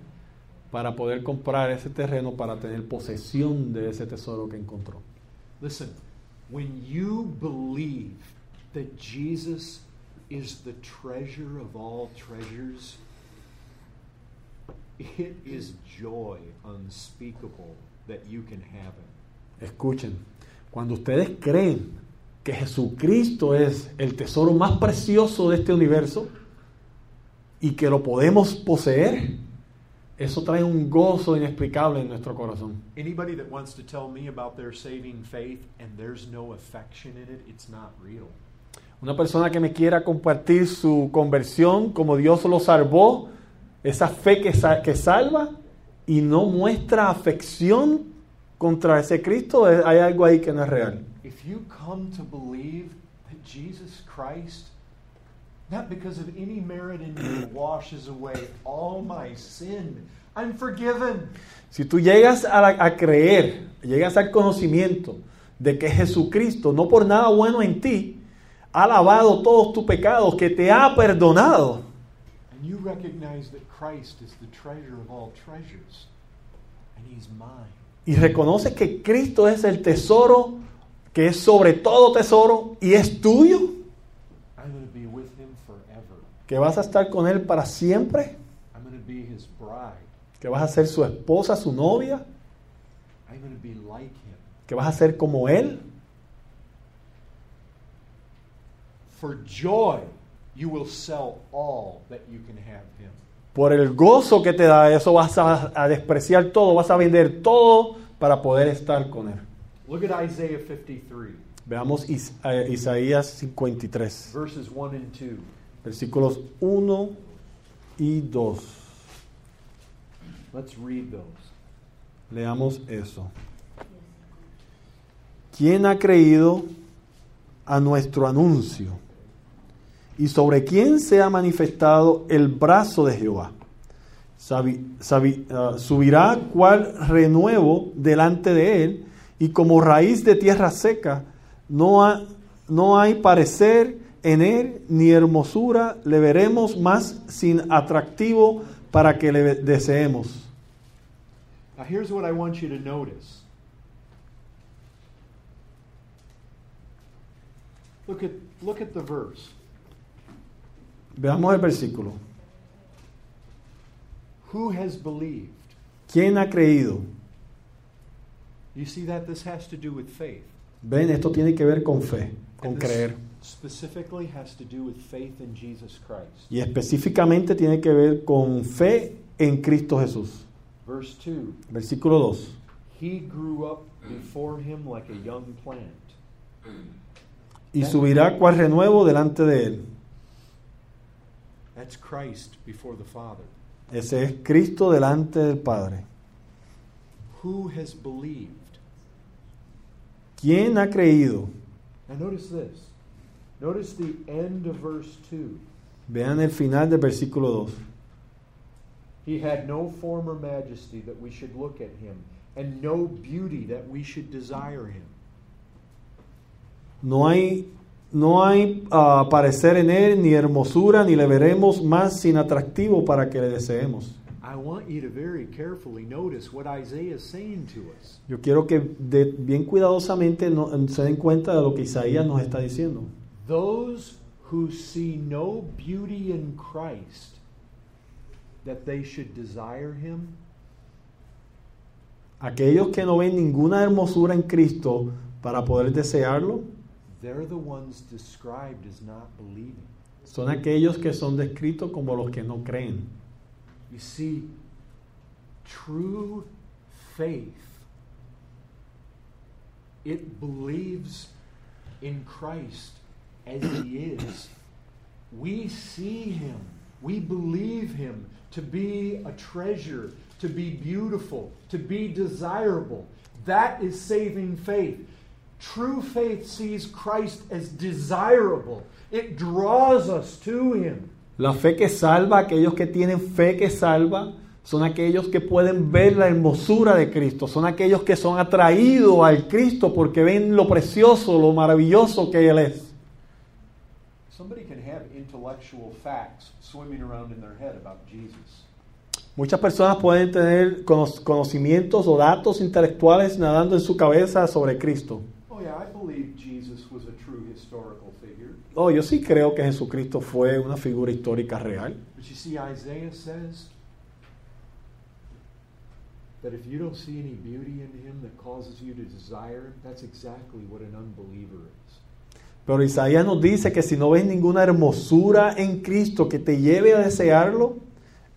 para poder comprar ese terreno, para tener posesión de ese tesoro que encontró.
Listen, when you believe that Jesus is the treasure of all treasures, it is joy unspeakable that you can have him.
Escuchen, cuando ustedes creen que Jesucristo es el tesoro más precioso de este universo y que lo podemos poseer, eso trae un gozo inexplicable en nuestro corazón.
Anybody that wants to tell me about their saving faith and there's no affection in it, it's not real.
Una persona que me quiera compartir su conversión, como Dios lo salvó, esa fe que, sa- que salva y no muestra afección contra ese Cristo, eh, hay algo ahí que no es real.
If you come to believe that Jesus Christ, not because of any merit in you, *coughs* washes away all my sin, I'm forgiven.
Si tú llegas a, la- a creer, llegas al conocimiento de que Jesucristo, no por nada bueno en ti, ha lavado todos tus pecados, que te ha perdonado,
And you recognize that Christ is the treasure of all treasures, and He's mine.
y reconoces que Cristo es el tesoro, que es sobre todo tesoro, y es tuyo,
I'm going to be with Him forever.
que vas a estar con Él para siempre,
I'm going to be His bride.
que vas a ser su esposa, su novia,
I'm going to be like Him.
que vas a ser como Él.
For joy, you will sell all that you can have Him.
Por el gozo que te da eso, vas a- a despreciar todo, vas a vender todo para poder estar con Él.
Look at Isaiah 53,
Veamos Is- eh, Isaías 53,
verses 1 and 2.
versículos 1 y 2.
Let's read those.
Leamos eso. ¿Quién ha creído a nuestro anuncio? ¿Y sobre quién se ha manifestado el brazo de Jehová? Sabi- sabi- ah, subirá cual renuevo delante de él, y como raíz de tierra seca, no, ha- no hay parecer en él ni hermosura, le veremos más sin atractivo para que le deseemos.
Now, here's what I want you to notice. Look at, look at the verse.
Veamos el versículo.
Who has believed?
¿Quién ha creído?
You see that this has to do with faith.
Ven, esto tiene que ver con fe, con
And this
creer.
Specifically has to do with faith in Jesus Christ.
Y específicamente tiene que ver con fe en Cristo Jesús.
Verse 2
Versículo 2.
He grew up before him like a young plant.
Y subirá cual renuevo delante de él.
That's Christ before the Father.
Ese es Cristo delante del Padre.
Who has believed?
¿Quién ha creído?
Now notice this. Notice the end of verse 2.
Vean el final del versículo 2.
He had no form or majesty that we should look at him, and no beauty that we should desire him.
No hay, no hay ah, parecer en él, ni hermosura, ni le veremos más sin atractivo para que le deseemos.
I want you to very carefully notice what Isaiah is saying to us.
Yo quiero que de- bien cuidadosamente no- se den cuenta de lo que Isaías nos está diciendo.
Those who see no beauty in Christ, that they should desire him,
Aquellos que no ven ninguna hermosura en Cristo para poder desearlo,
they're the ones described as not believing.
son aquellos que son descritos como los que no creen.
You see, true faith, it believes in Christ as He is. We see Him, we believe Him to be a treasure, to be beautiful, to be desirable. That is saving faith. True faith sees Christ as desirable, it draws us to Him.
La fe que salva, aquellos que tienen fe que salva, son aquellos que pueden ver la hermosura de Cristo, son aquellos que son atraídos al Cristo porque ven lo precioso, lo maravilloso que Él es.
Somebody can have intellectual facts swimming around in their head about Jesus.
Muchas personas pueden tener cono- conocimientos o datos intelectuales nadando en su cabeza sobre Cristo.
Oh, yeah, I believe Jesus was a true historical figure.
Oh, yo sí creo que Jesucristo fue una figura histórica real.
But you see, Isaiah says that if you don't see any beauty in him that causes you to desire him, that's exactly what an unbeliever is.
Pero Isaías nos dice que si no ves ninguna hermosura en Cristo que te lleve a desearlo,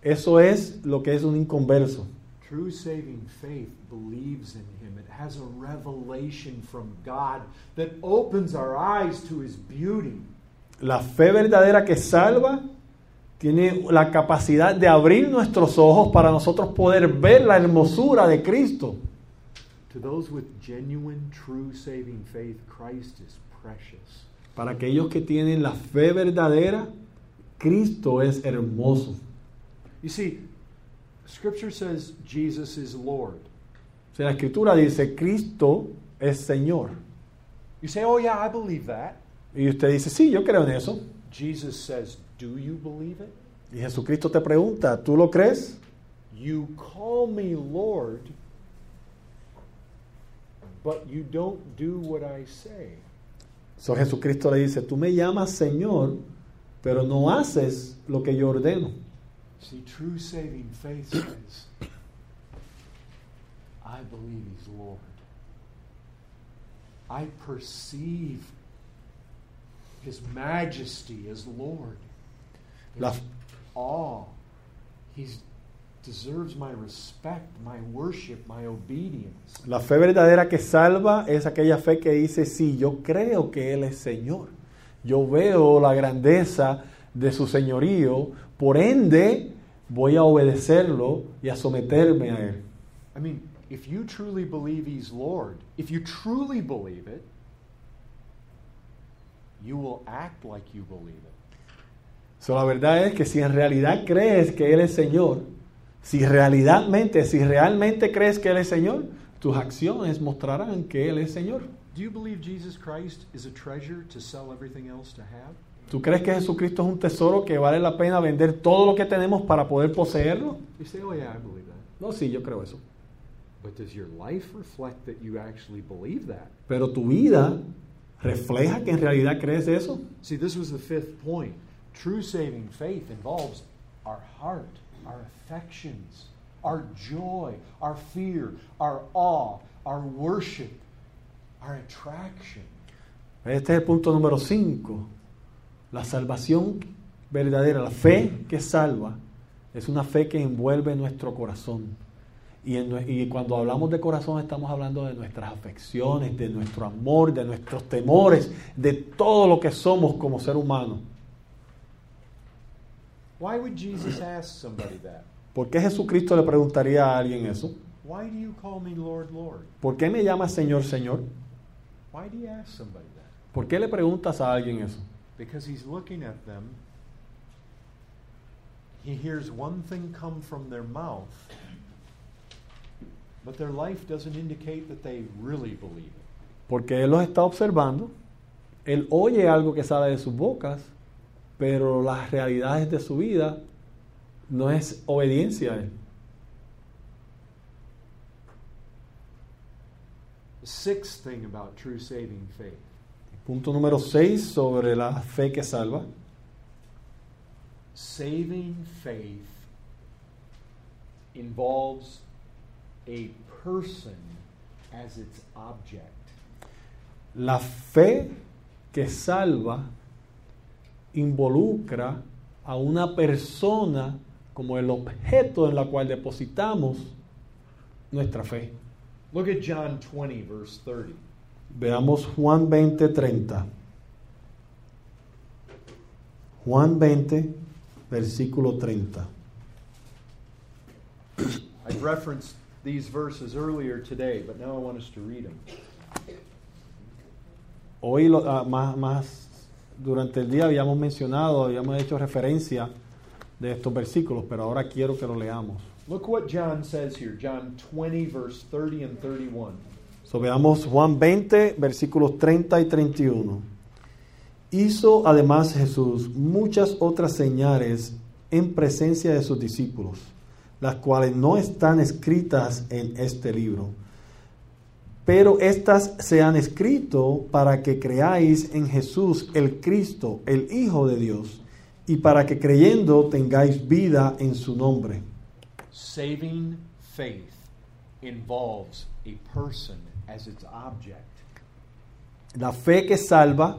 eso es lo que es un inconverso.
True saving faith believes in him. It has a revelation from God that opens our eyes to his beauty.
La fe verdadera que salva tiene la capacidad de abrir nuestros ojos para nosotros poder ver la hermosura de Cristo.
To those with genuine, true saving faith, Christ is precious.
Para aquellos que tienen la fe verdadera, Cristo es hermoso.
You see, Scripture says Jesus is Lord.
O sea, la escritura dice, Cristo es Señor.
You say, oh, yeah, I believe that.
Y usted dice, sí, yo creo en eso.
Jesus says, do you believe it?
Y Jesucristo te pregunta, ¿tú lo crees?
You call me Lord, but you don't do what I say.
So, Jesucristo le dice, tú me llamas Señor, pero no haces lo que yo ordeno.
See, true saving faith *coughs* says, I believe he's Lord. I perceive his majesty as Lord.
La,
There's awe. He deserves my respect, my worship, my obedience.
la fe verdadera que salva es aquella fe que dice, sí, yo creo que Él es Señor. Yo veo la grandeza de su señorío, por ende voy a obedecerlo y a someterme a Él.
I mean, if you truly believe he's Lord, if you truly believe it, you will act like you believe it.
So, la verdad es que si en realidad crees que Él es Señor, si realmente, si realmente crees que Él es Señor, tus acciones mostrarán que Él es Señor.
Do you believe Jesus Christ is a treasure to sell everything else to have?
¿Tú crees que Jesucristo es un tesoro que vale la pena vender todo lo que tenemos para poder poseerlo?
You say, oh, yeah, I believe that.
No, sí, yo creo eso.
But does your life reflect that you actually believe that?
Pero tu vida refleja que en realidad crees eso.
See, this was the fifth point. True saving faith involves our heart, our affections, our joy, our fear, our awe, our worship, our attraction.
Este es el punto número 5. La salvación verdadera, la fe que salva, es una fe que envuelve nuestro corazón. Y, en nue- y cuando hablamos de corazón estamos hablando de nuestras afecciones, de nuestro amor, de nuestros temores, de todo lo que somos como ser humano.
Why would Jesus ask somebody that?
¿Por qué Jesucristo le preguntaría a alguien eso?
Why do you call me Lord, Lord?
¿Por qué me llamas Señor, Señor?
Why do you ask somebody that?
¿Por qué le preguntas a alguien eso?
Because he's looking at them he hears one thing come from their mouth, but their life doesn't indicate that they really believe it.
Porque él los está observando, él oye algo que sale de sus bocas, pero las realidades de su vida no es obediencia a él.
The sixth thing about true saving faith
Punto número 6 sobre la fe que salva.
saving faith involves a person as its object.
La fe que salva involucra a una persona como el objeto en la cual depositamos nuestra fe.
Look at John 20, verse 30.
Veamos Juan 20, 30. Juan 20, versículo 30.
I referenced these verses earlier today, but now I want us to read them.
Hoy, lo- ah, más, más durante el día, habíamos mencionado, habíamos hecho referencia de estos versículos, pero ahora quiero que lo leamos.
Look what John says here John 20, verse 30 and 31.
So, veamos Juan 20, versículos 30 y 31. Hizo además Jesús muchas otras señales en presencia de sus discípulos, las cuales no están escritas en este libro. Pero estas se han escrito para que creáis en Jesús el Cristo, el Hijo de Dios, y para que creyendo tengáis vida en su nombre.
Saving faith involves a person as its object.
La fe que salva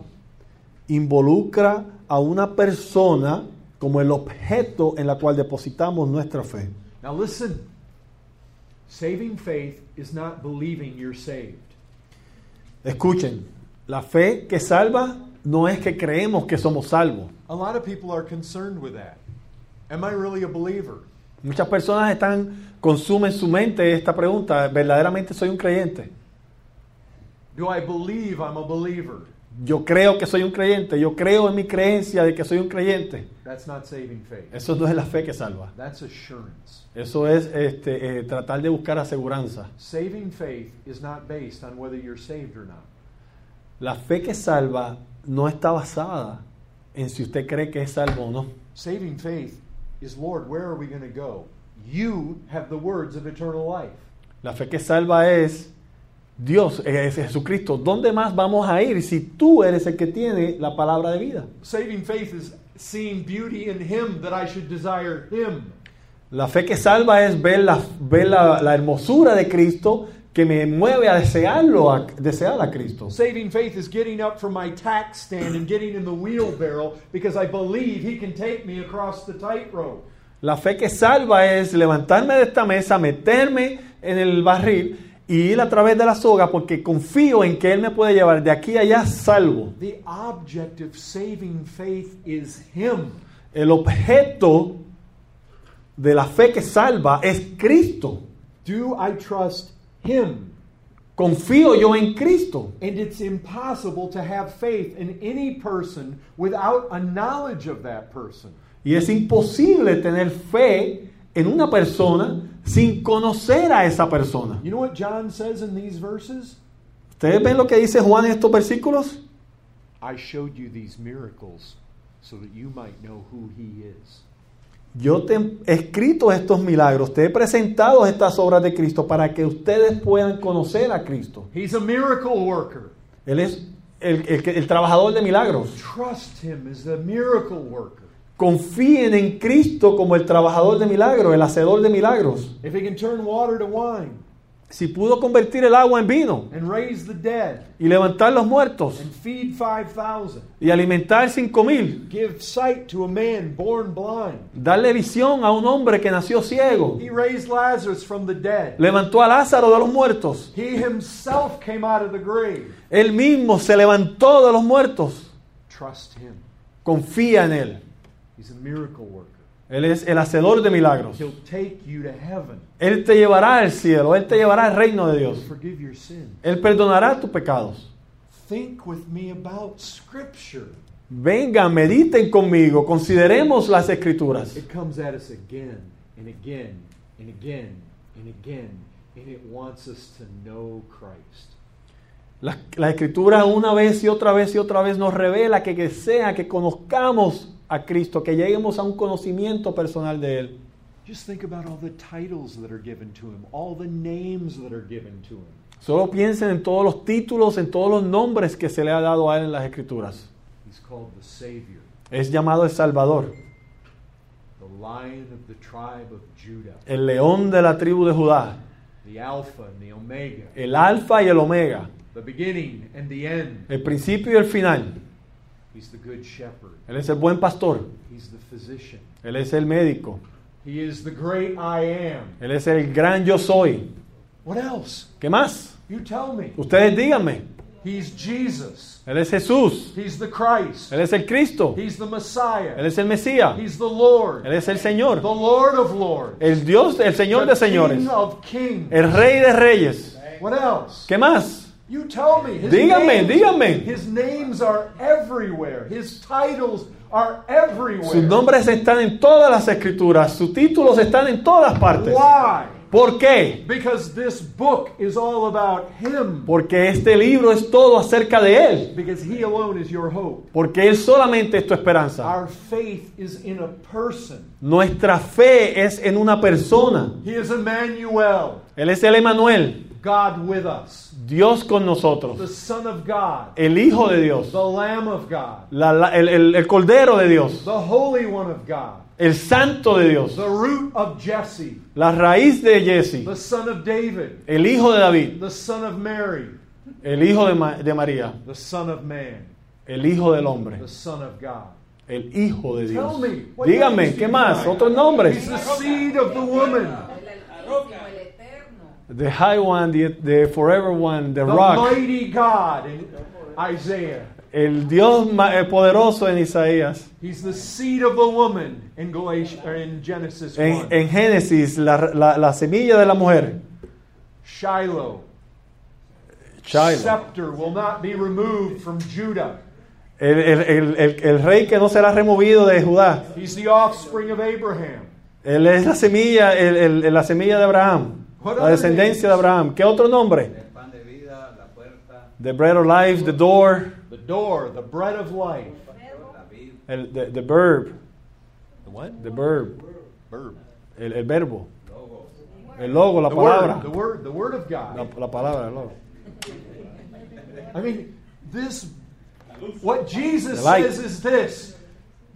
involucra a una persona como el objeto en la cual depositamos nuestra fe.
Now listen saving faith is not believing you're saved.
Escuchen, la fe que salva no es que creemos que somos salvos.
A lot of people are concerned with that. Am I really a believer?
Muchas personas están consumen su mente esta pregunta, verdaderamente soy un creyente.
Do I believe I'm a believer?
Yo creo que soy un creyente, yo creo en mi creencia de que soy un creyente.
That's not saving faith.
Eso no es la fe que salva.
That's assurance.
Eso es este, eh, tratar de buscar aseguranza.
Saving faith is not based on whether you're saved or not.
La fe que salva no está basada en si usted cree que es salvo o no.
Saving faith is, Lord, where are we going to go? You have the words of eternal life.
La fe que salva es Dios, eh, es Jesucristo. ¿Dónde más vamos a ir si tú eres el que tiene la palabra de vida?
Saving faith is seeing beauty in Him that I should desire Him.
La fe que salva es ver la, ver la, la hermosura de Cristo que me mueve a desearlo, a desear a Cristo.
Saving faith is getting up from my tack stand and getting in the wheelbarrow because I believe He can take me across the tightrope.
La fe que salva es levantarme de esta mesa, meterme en el barril y ir a través de la soga porque confío en que Él me puede llevar de aquí a allá salvo.
The object of saving faith is Him.
El objeto de la fe que salva es Cristo.
Do I trust Him?
Confío yo en Cristo.
And it's impossible to have faith in any person without a knowledge of that person.
Y es imposible tener fe en una persona sin conocer a esa persona.
You know what John says in these verses?
¿Ustedes ven lo que dice Juan en estos versículos?
I showed you these miracles so that you might know who he is.
Yo te he escrito estos milagros, te he presentado estas obras de Cristo para que ustedes puedan conocer a Cristo.
He's a miracle worker.
Él es el, el que- el trabajador de milagros.
Trust him as the miracle worker.
Confíen en Cristo como el trabajador de milagros, el hacedor de milagros.
If he can turn water to wine
Si pudo convertir el agua en vino
and raise the dead
y levantar los muertos
and feed 5,000,
y alimentar cinco mil,
give sight to a man born blind,
darle visión a un hombre que nació ciego,
he raised Lazarus from the dead.
levantó a Lázaro de los muertos,
He himself came out of the grave.
él mismo se levantó de los muertos.
Trust him.
Confía en él.
He's a miracle worker.
Él es el hacedor de milagros.
He'll take you to heaven.
Él te llevará al cielo, Él te llevará al reino de
He'll
Dios.
forgive your sin.
Él perdonará tus pecados.
Think with me about Scripture.
Vengan, mediten conmigo, consideremos las escrituras.
It comes at us again and again and again and again, and it wants us to know Christ.
La, la escritura una vez y otra vez y otra vez nos revela que, que sea que conozcamos a Cristo, que lleguemos a un conocimiento personal de Él.
Just think about all the titles that are given to him, all the names that are given to him.
Solo piensen en todos los títulos, en todos los nombres que se le ha dado a Él en las escrituras.
He's called the Savior,
Es llamado el Salvador,
the Lion of the tribe of Judah,
el león de la tribu de Judá,
the Alpha and the Omega,
el alfa y el omega,
the beginning and the end.
el principio y el final.
He's the Good Shepherd,
Él es el buen pastor,
He's the Physician,
Él es el médico,
He is the Great I Am.
Él es el gran yo soy.
What else?
¿Qué más?
You tell me.
Ustedes díganme.
He's Jesus,
Él es Jesús,
He's the Christ,
Él es el Cristo,
He's the
Él
Messiah,
es el Mesías,
He's the Lord,
Él es el
the
Señor,
Lord of Lords,
el Dios, el Señor de
the
señores,
King of Kings.
el Rey de reyes.
What else?
¿Qué más?
You tell me. His
Dígame,
names,
dígame.
His names are everywhere. His titles are everywhere.
Sus nombres están en todas las escrituras, sus títulos están en todas partes.
Why?
¿Por qué?
Because this book is all about Him.
Porque este libro es todo acerca de Él.
Because He alone is your hope.
Porque Él solamente es tu esperanza.
Our faith is in a person.
Nuestra fe es en una persona.
He is Emmanuel,
Él es el Emanuel,
God with us,
Dios con
the
nosotros,
Son of God,
el Hijo de Dios,
the Lamb of God,
la- la- el, el- el Cordero de Dios,
the Holy One of God,
el Santo de Dios,
the root of Jesse,
la raíz de Jesse,
the Son of David,
el Hijo de David,
the Son of Mary,
el Hijo de, Ma- de María,
the Son of Man.
el Hijo del hombre,
the Son of God.
el Hijo de Dios.
Tell me, what names
Dígame,
do
¿qué
you
más?
find?
Otros
He's
nombres.
the seed of the woman,
El Altísimo, el Eterno.
The High One, the, the Forever One,
the
the Rock.
mighty God in Isaiah.
El Dios ma- eh, poderoso en Isaías.
He's the seed of the woman in Galatians or in Genesis 1.
En, en Génesis, la, la- la semilla de la mujer.
Shiloh,
Shiloh.
scepter will not be removed from Judah.
El, el- el- el- el rey que no será removido de Judá.
He's the offspring of Abraham.
Él es la semilla, el- el- el- la semilla de Abraham. La descendencia de Abraham. ¿Qué otro nombre?
El pan de vida, la puerta,
The bread of life, the door,
The door, the bread of life.
la vid,
el, the, the verb,
The what?
the verb,
Verb.
el, el verbo,
logos,
el logo, la
The word, the
palabra.
word, the word of
La,
God.
la palabra, el logo.
I mean, this, what Jesus
The light.
says is this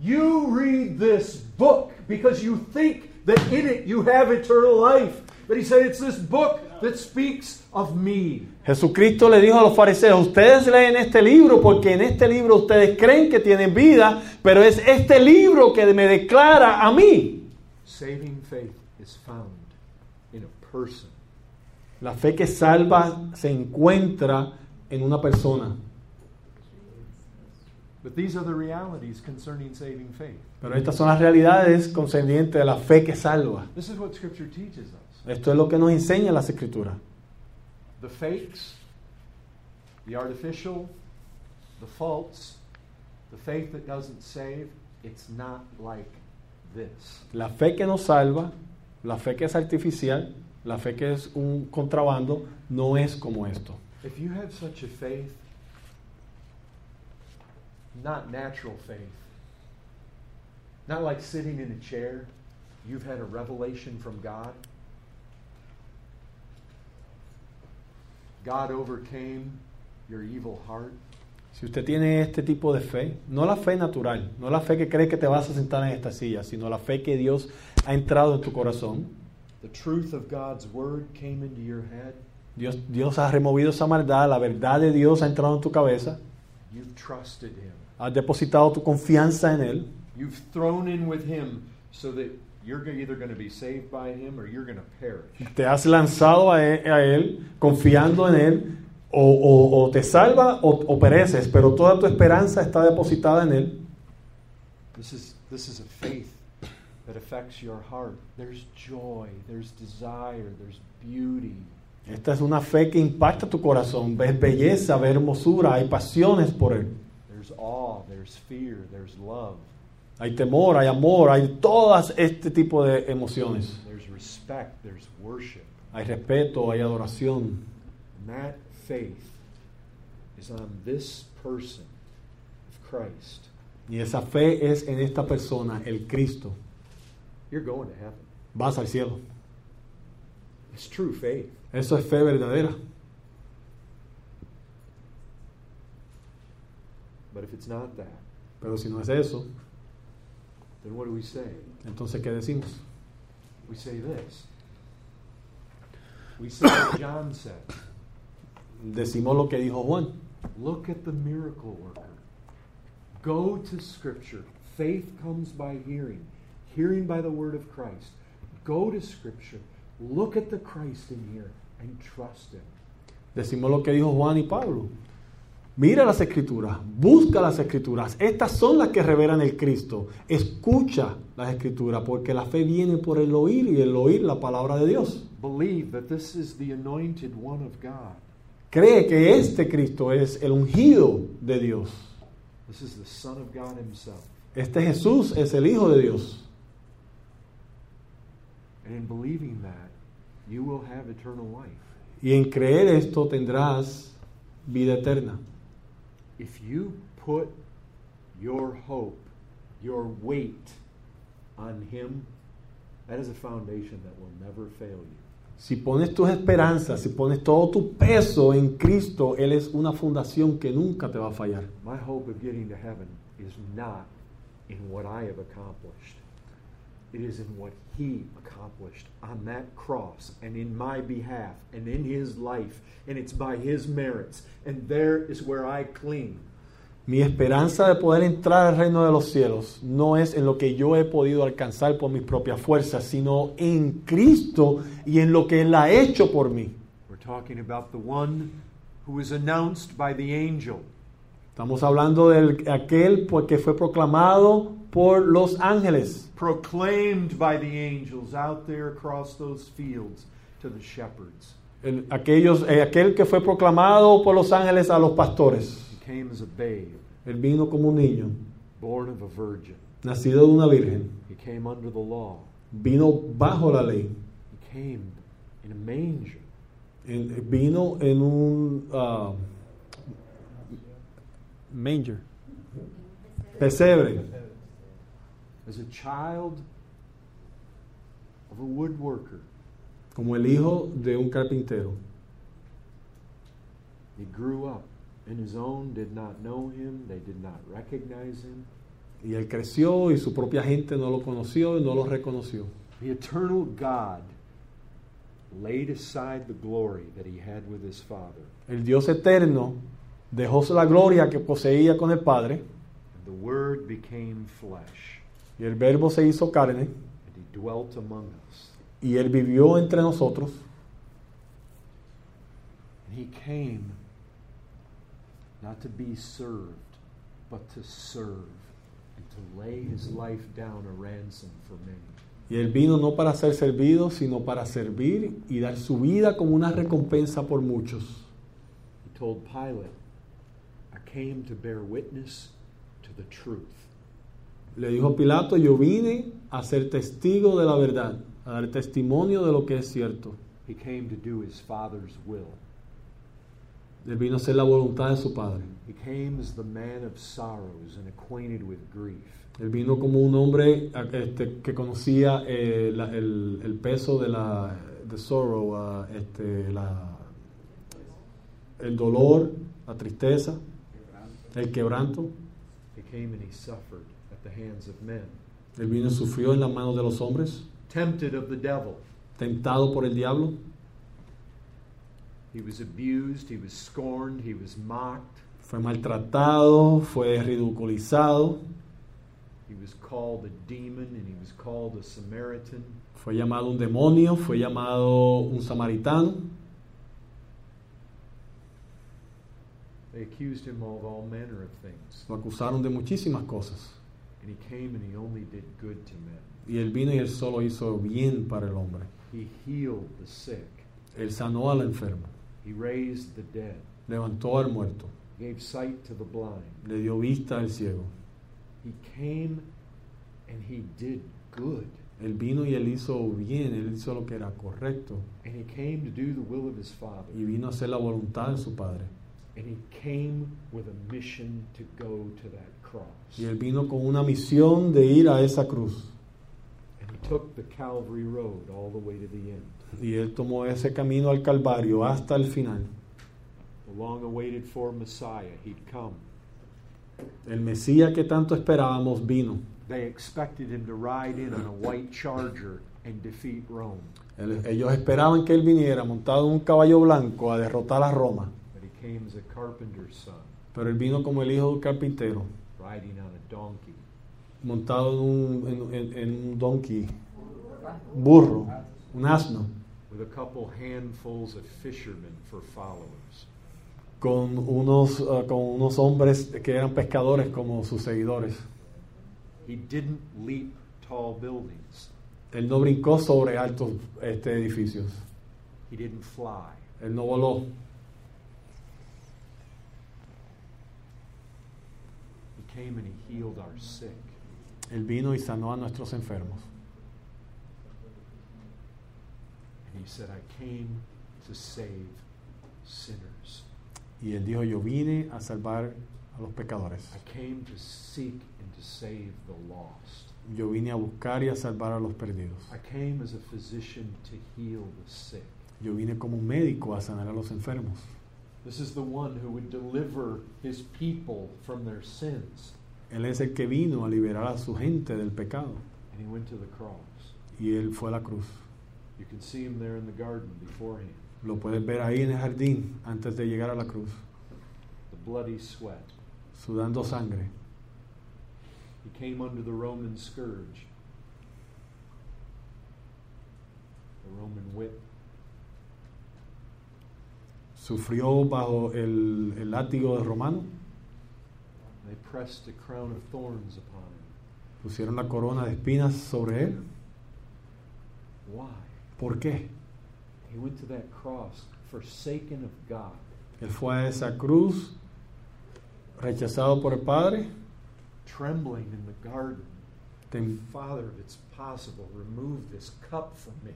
you read this book because you think that in it you have eternal life. But he said, it's this book that speaks of me.
Jesucristo le dijo a los fariseos, ustedes leen este libro porque en este libro ustedes creen que tienen vida, pero es este libro que me declara a mí.
Saving faith is found in a person.
La fe que salva se encuentra en una persona.
But these are the realities concerning saving faith.
Pero estas son las realidades concernientes de la fe que salva.
This is what Scripture teaches us.
Esto es lo que nos enseña las escrituras.
The fakes, the artificial, the false, the faith that doesn't save, it's not like this.
La fe que nos salva, la fe que es artificial, la fe que es un contrabando, no es como esto.
If you have such a faith, not natural faith, not like sitting in a chair, you've had a revelation from God. God overcame your evil heart.
Si usted tiene este tipo de fe, no la fe natural, no la fe que cree que te vas a sentar en esta silla, sino la fe que Dios ha entrado en tu corazón,
The truth of God's word came into your head.
Dios, Dios ha removido esa maldad, la verdad de Dios ha entrado en tu cabeza,
You've trusted him.
has depositado tu confianza en Él,
You've thrown in with him so that you're either going to be saved by him or you're going to perish.
te has lanzado a Él, a él, confiando en Él, o, o- o te salva o, o pereces, pero toda tu esperanza está depositada en Él.
This is, this is a faith that affects your heart. There's joy, there's desire, there's beauty.
Esta es una fe que impacta tu corazón, ves belleza, ves hermosura, hay pasiones por Él.
There's There's awe, there's fear, there's love,
Hay temor, hay amor, hay todas este tipo de emociones.
there's respect, there's worship.
Hay respeto, hay adoración.
And that faith is on this person of Christ.
Y esa fe es en esta persona, el Cristo.
You're going to heaven.
Vas al cielo.
It's true faith.
Eso es fe verdadera.
But if it's not that,
Pero si no es eso,
then what do we say?
entonces ¿qué decimos?
We say this. We say what John said.
Decimos lo que dijo Juan.
Look at the miracle worker. Go to Scripture. Faith comes by hearing, hearing by the word of Christ. Go to Scripture. Look at the Christ in here and trust Him.
Decimos lo que dijo Juan y Pablo. Mira las escrituras, busca las escrituras. Estas son las que revelan el Cristo. Escucha las escrituras, porque la fe viene por el oír y el oír la palabra de Dios.
Believe that this is the anointed one of God.
Cree que este Cristo es el ungido de Dios.
This is the Son of God Himself.
Este Jesús es el Hijo de Dios.
And in believing that, you will have eternal life.
Y en creer esto tendrás vida eterna.
If you put your hope, your weight on Him, that is a foundation that will never fail you.
Si pones tus esperanzas, si pones todo tu peso en Cristo, Él es una fundación que nunca te va a fallar.
My hope of getting to heaven is not in what I have accomplished. It is in what he accomplished on that cross and in my behalf and in his life. And it's by his merits. And there is where I cling.
Mi esperanza de poder entrar al reino de los cielos no es en lo que yo he podido alcanzar por mis propias fuerzas, sino en Cristo y en lo que Él ha hecho por mí.
We're talking about the one who was announced by the angel.
Estamos hablando de aquel por- que fue proclamado por los ángeles,
Proclaimed by the angels out there across those fields to the shepherds.
el- aquellos, eh, aquel que fue proclamado por los ángeles a los pastores.
He came as a babe,
Él vino como un niño,
born of a virgin.
nacido de una virgen,
He came under the law.
vino bajo la ley,
He came in a manger.
en- vino en un ah, manger, pesebre.
as a child of a woodworker.
como el hijo de un carpintero.
He grew up and his own did not know him, they did not recognize him.
Y él creció y su propia gente no lo conoció y no lo reconoció.
The eternal God laid aside the glory that he had with his father,
El Dios eterno dejó la gloria que poseía con el Padre
and the Word became flesh,
y el verbo se hizo carne
and he dwelt among us.
y él vivió entre nosotros
And he came not to be served, but to serve, and to lay his life down a ransom for many.
y él vino no para ser servido, sino para servir y dar su vida como una recompensa por muchos.
He told Pilate, I came to bear witness to the truth.
Le dijo a Pilato, yo vine a ser testigo de la verdad, a dar testimonio de lo que es cierto.
He came to do his Father's will.
Él vino a hacer la voluntad de su Padre.
He came as the man of sorrows and acquainted with grief.
Él vino como un hombre a- este, que conocía eh, la- el, el peso de la de sorrow, ah, este, la- el dolor, la tristeza, el quebranto.
He came and he suffered at the hands of men,
Él vino y sufrió en las manos de los hombres,
tempted of the devil.
tentado por el diablo.
He was abused, he was scorned, he was mocked,
Fue maltratado, fue ridiculizado,
he was called a demon, and he was called a Samaritan.
fue llamado un demonio, fue llamado un samaritano.
They accused him of all manner of things.
Lo acusaron de muchísimas cosas.
And he came and he only did good to men.
Y él vino y él solo hizo bien para el hombre.
He healed the sick,
Él sanó al enfermo.
he raised the dead.
levantó al muerto,
gave sight to the blind.
le dio vista al ciego.
He came and he did good.
Él vino y él hizo bien, él hizo lo que era correcto.
And he came to do the will of his Father.
Y vino a hacer la voluntad de su Padre.
And he came with a mission to go to that cross.
Y él vino con una misión de ir a esa cruz.
And he took the Calvary Road all the way to the end,
Y él tomó ese camino al Calvario hasta el final.
the long awaited for Messiah. He'd come.
El Mesías que tanto esperábamos vino.
They expected him to ride in on a white charger and defeat Rome,
Él- ellos esperaban que él viniera montado en un caballo blanco a derrotar a Roma.
but he came as a carpenter's son,
Pero él vino como el hijo de un carpintero,
riding on a donkey.
montado en un, en- en- en un donkey, burro, un asno,
with a couple handfuls of fishermen for followers.
con unos, eh, con unos hombres que eran pescadores como sus seguidores.
He didn't leap tall buildings,
Él no brincó sobre altos este, edificios,
he didn't fly.
él no voló,
He came and he healed our sick.
él vino y sanó a nuestros enfermos.
And he said, I came to save sinners.
Y él dijo, yo vine a salvar a los pecadores,
I came to seek and to save the lost.
yo vine a buscar y a salvar a los perdidos,
I came as a physician to heal the sick.
yo vine como un médico a sanar a los enfermos.
This is the one who would deliver his people from their sins.
Él es el que vino a liberar a su gente del pecado.
And he went to the cross.
Y él fue a la cruz.
You can see him there in the garden beforehand.
Lo puedes ver ahí en el jardín antes de llegar a la cruz,
The bloody sweat.
sudando sangre.
He came under the Roman scourge, the Roman whip.
Sufrió bajo el, el látigo de romano.
They pressed a crown of thorns upon him.
Pusieron la corona de espinas sobre él.
Why?
¿Por qué?
He went to that cross, forsaken of God,
Él fue a esa cruz, rechazado por el Padre.
trembling in the garden.
tem-
Father, if it's possible, remove this cup from me.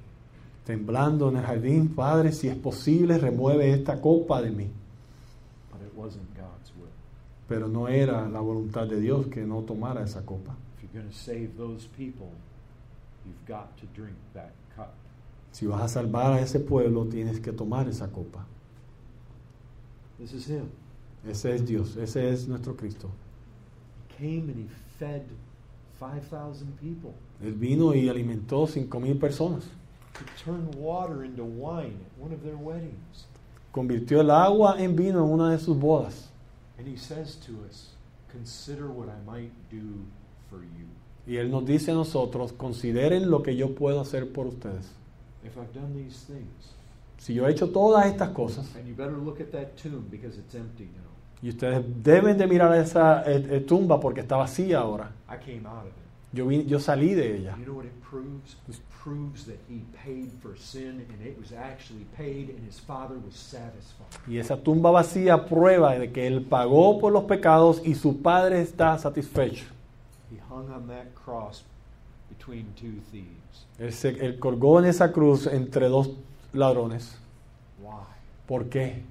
temblando en el jardín, Padre, si es posible, remueve esta copa de mí.
But it wasn't God's will.
Pero no era la voluntad de Dios que no tomara esa copa.
If you're going to save those people, you've got to drink that cup.
Si vas a salvar a ese pueblo, tienes que tomar esa copa.
This is Him.
Ese es Dios, ese es nuestro Cristo.
He came and He fed 5,000 people.
Él vino y alimentó cinco mil personas.
to turn water into wine at one of their weddings.
Convirtió el agua en vino en una de sus bodas.
And he says to us, Consider what I might do for you.
Y Él nos dice a nosotros, consideren lo que yo puedo hacer por ustedes.
If I've done these things,
Si yo he hecho todas estas cosas,
and you better look at that tomb because it's empty now.
y ustedes deben de mirar esa eh, eh, tumba porque está vacía ahora.
I came out of it.
Yo, vi- yo salí de ella.
You know what it proves? It proves that he paid for sin and it was actually paid and his father was satisfied.
Y esa tumba vacía prueba de que Él pagó por los pecados y su Padre está satisfecho.
He hung on that cross between two thieves.
Él, se, él colgó en esa cruz entre dos ladrones.
Why?
¿Por qué?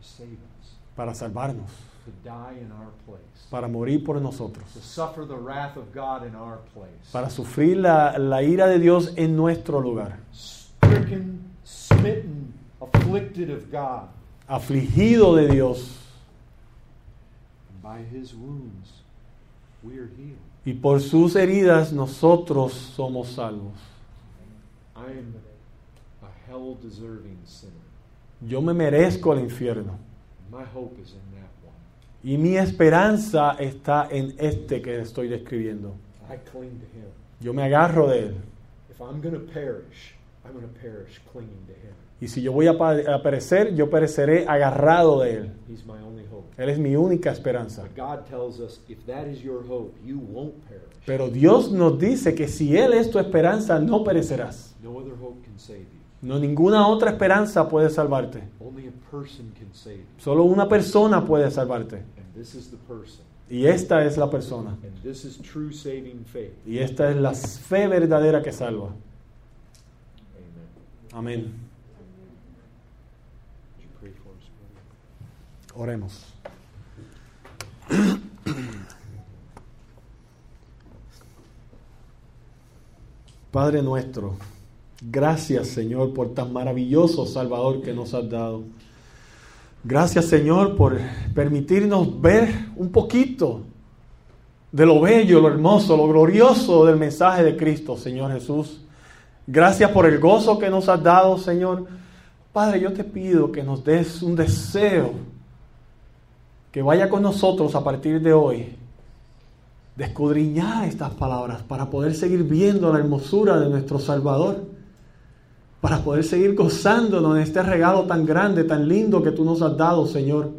To save us,
Para salvarnos,
to die in our place.
para morir por nosotros,
to suffer the wrath of God in our place.
para sufrir la, la ira de Dios en nuestro lugar.
Stricken, smitten, afflicted of God.
Afligido de Dios.
And by his wounds we are healed.
Y por sus heridas nosotros somos salvos.
I am a hell deserving sinner.
Yo me merezco el infierno.
My hope is in that one.
Y mi esperanza está en este que estoy describiendo.
I cling to him.
Yo me agarro de él.
If I'm going to perish, I'm going to perish clinging to him.
Y si yo voy a, pa- a perecer, yo pereceré agarrado de él.
He's my only hope.
Él es mi única esperanza.
But God tells us if that is your hope, you won't perish.
Pero Dios nos dice que si Él es tu esperanza, no perecerás.
no other hope can save you.
No ninguna otra esperanza puede salvarte.
Only a person can save you.
Solo una persona puede salvarte.
And this is the person.
Y esta es la persona.
And this is true saving faith.
Y esta es la fe verdadera que salva.
Amen.
Amén.
Would you pray for us, brother?
Oremos. Padre nuestro, gracias Señor por tan maravilloso Salvador que nos has dado. Gracias Señor por permitirnos ver un poquito de lo bello, lo hermoso, lo glorioso del mensaje de Cristo, Señor Jesús. Gracias por el gozo que nos has dado, Señor. Padre, yo te pido que nos des un deseo que vaya con nosotros a partir de hoy, de escudriñar estas palabras para poder seguir viendo la hermosura de nuestro Salvador, para poder seguir gozándonos en este regalo tan grande, tan lindo que tú nos has dado, Señor.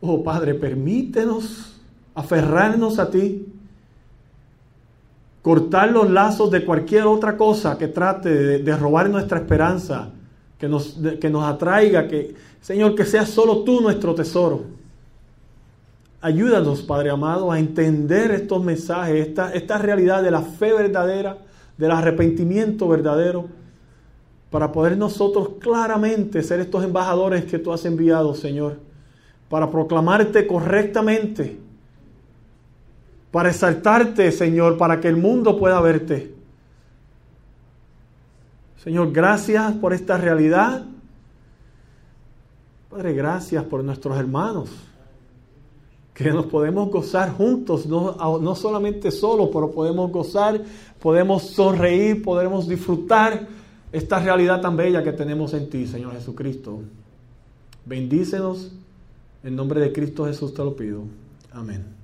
Oh Padre, permítenos aferrarnos a ti, cortar los lazos de cualquier otra cosa que trate de, de robar nuestra esperanza, que nos, de- que nos atraiga, que Señor, que seas solo tú nuestro tesoro. Ayúdanos, Padre amado, a entender estos mensajes, esta, esta realidad de la fe verdadera, del arrepentimiento verdadero, para poder nosotros claramente ser estos embajadores que tú has enviado, Señor, para proclamarte correctamente para exaltarte, Señor, para que el mundo pueda verte. Señor, gracias por esta realidad. Padre, gracias por nuestros hermanos, que nos podemos gozar juntos, no, no solamente solos, pero podemos gozar, podemos sonreír, podemos disfrutar esta realidad tan bella que tenemos en ti, Señor Jesucristo. Bendícenos, en nombre de Cristo Jesús te lo pido. Amén.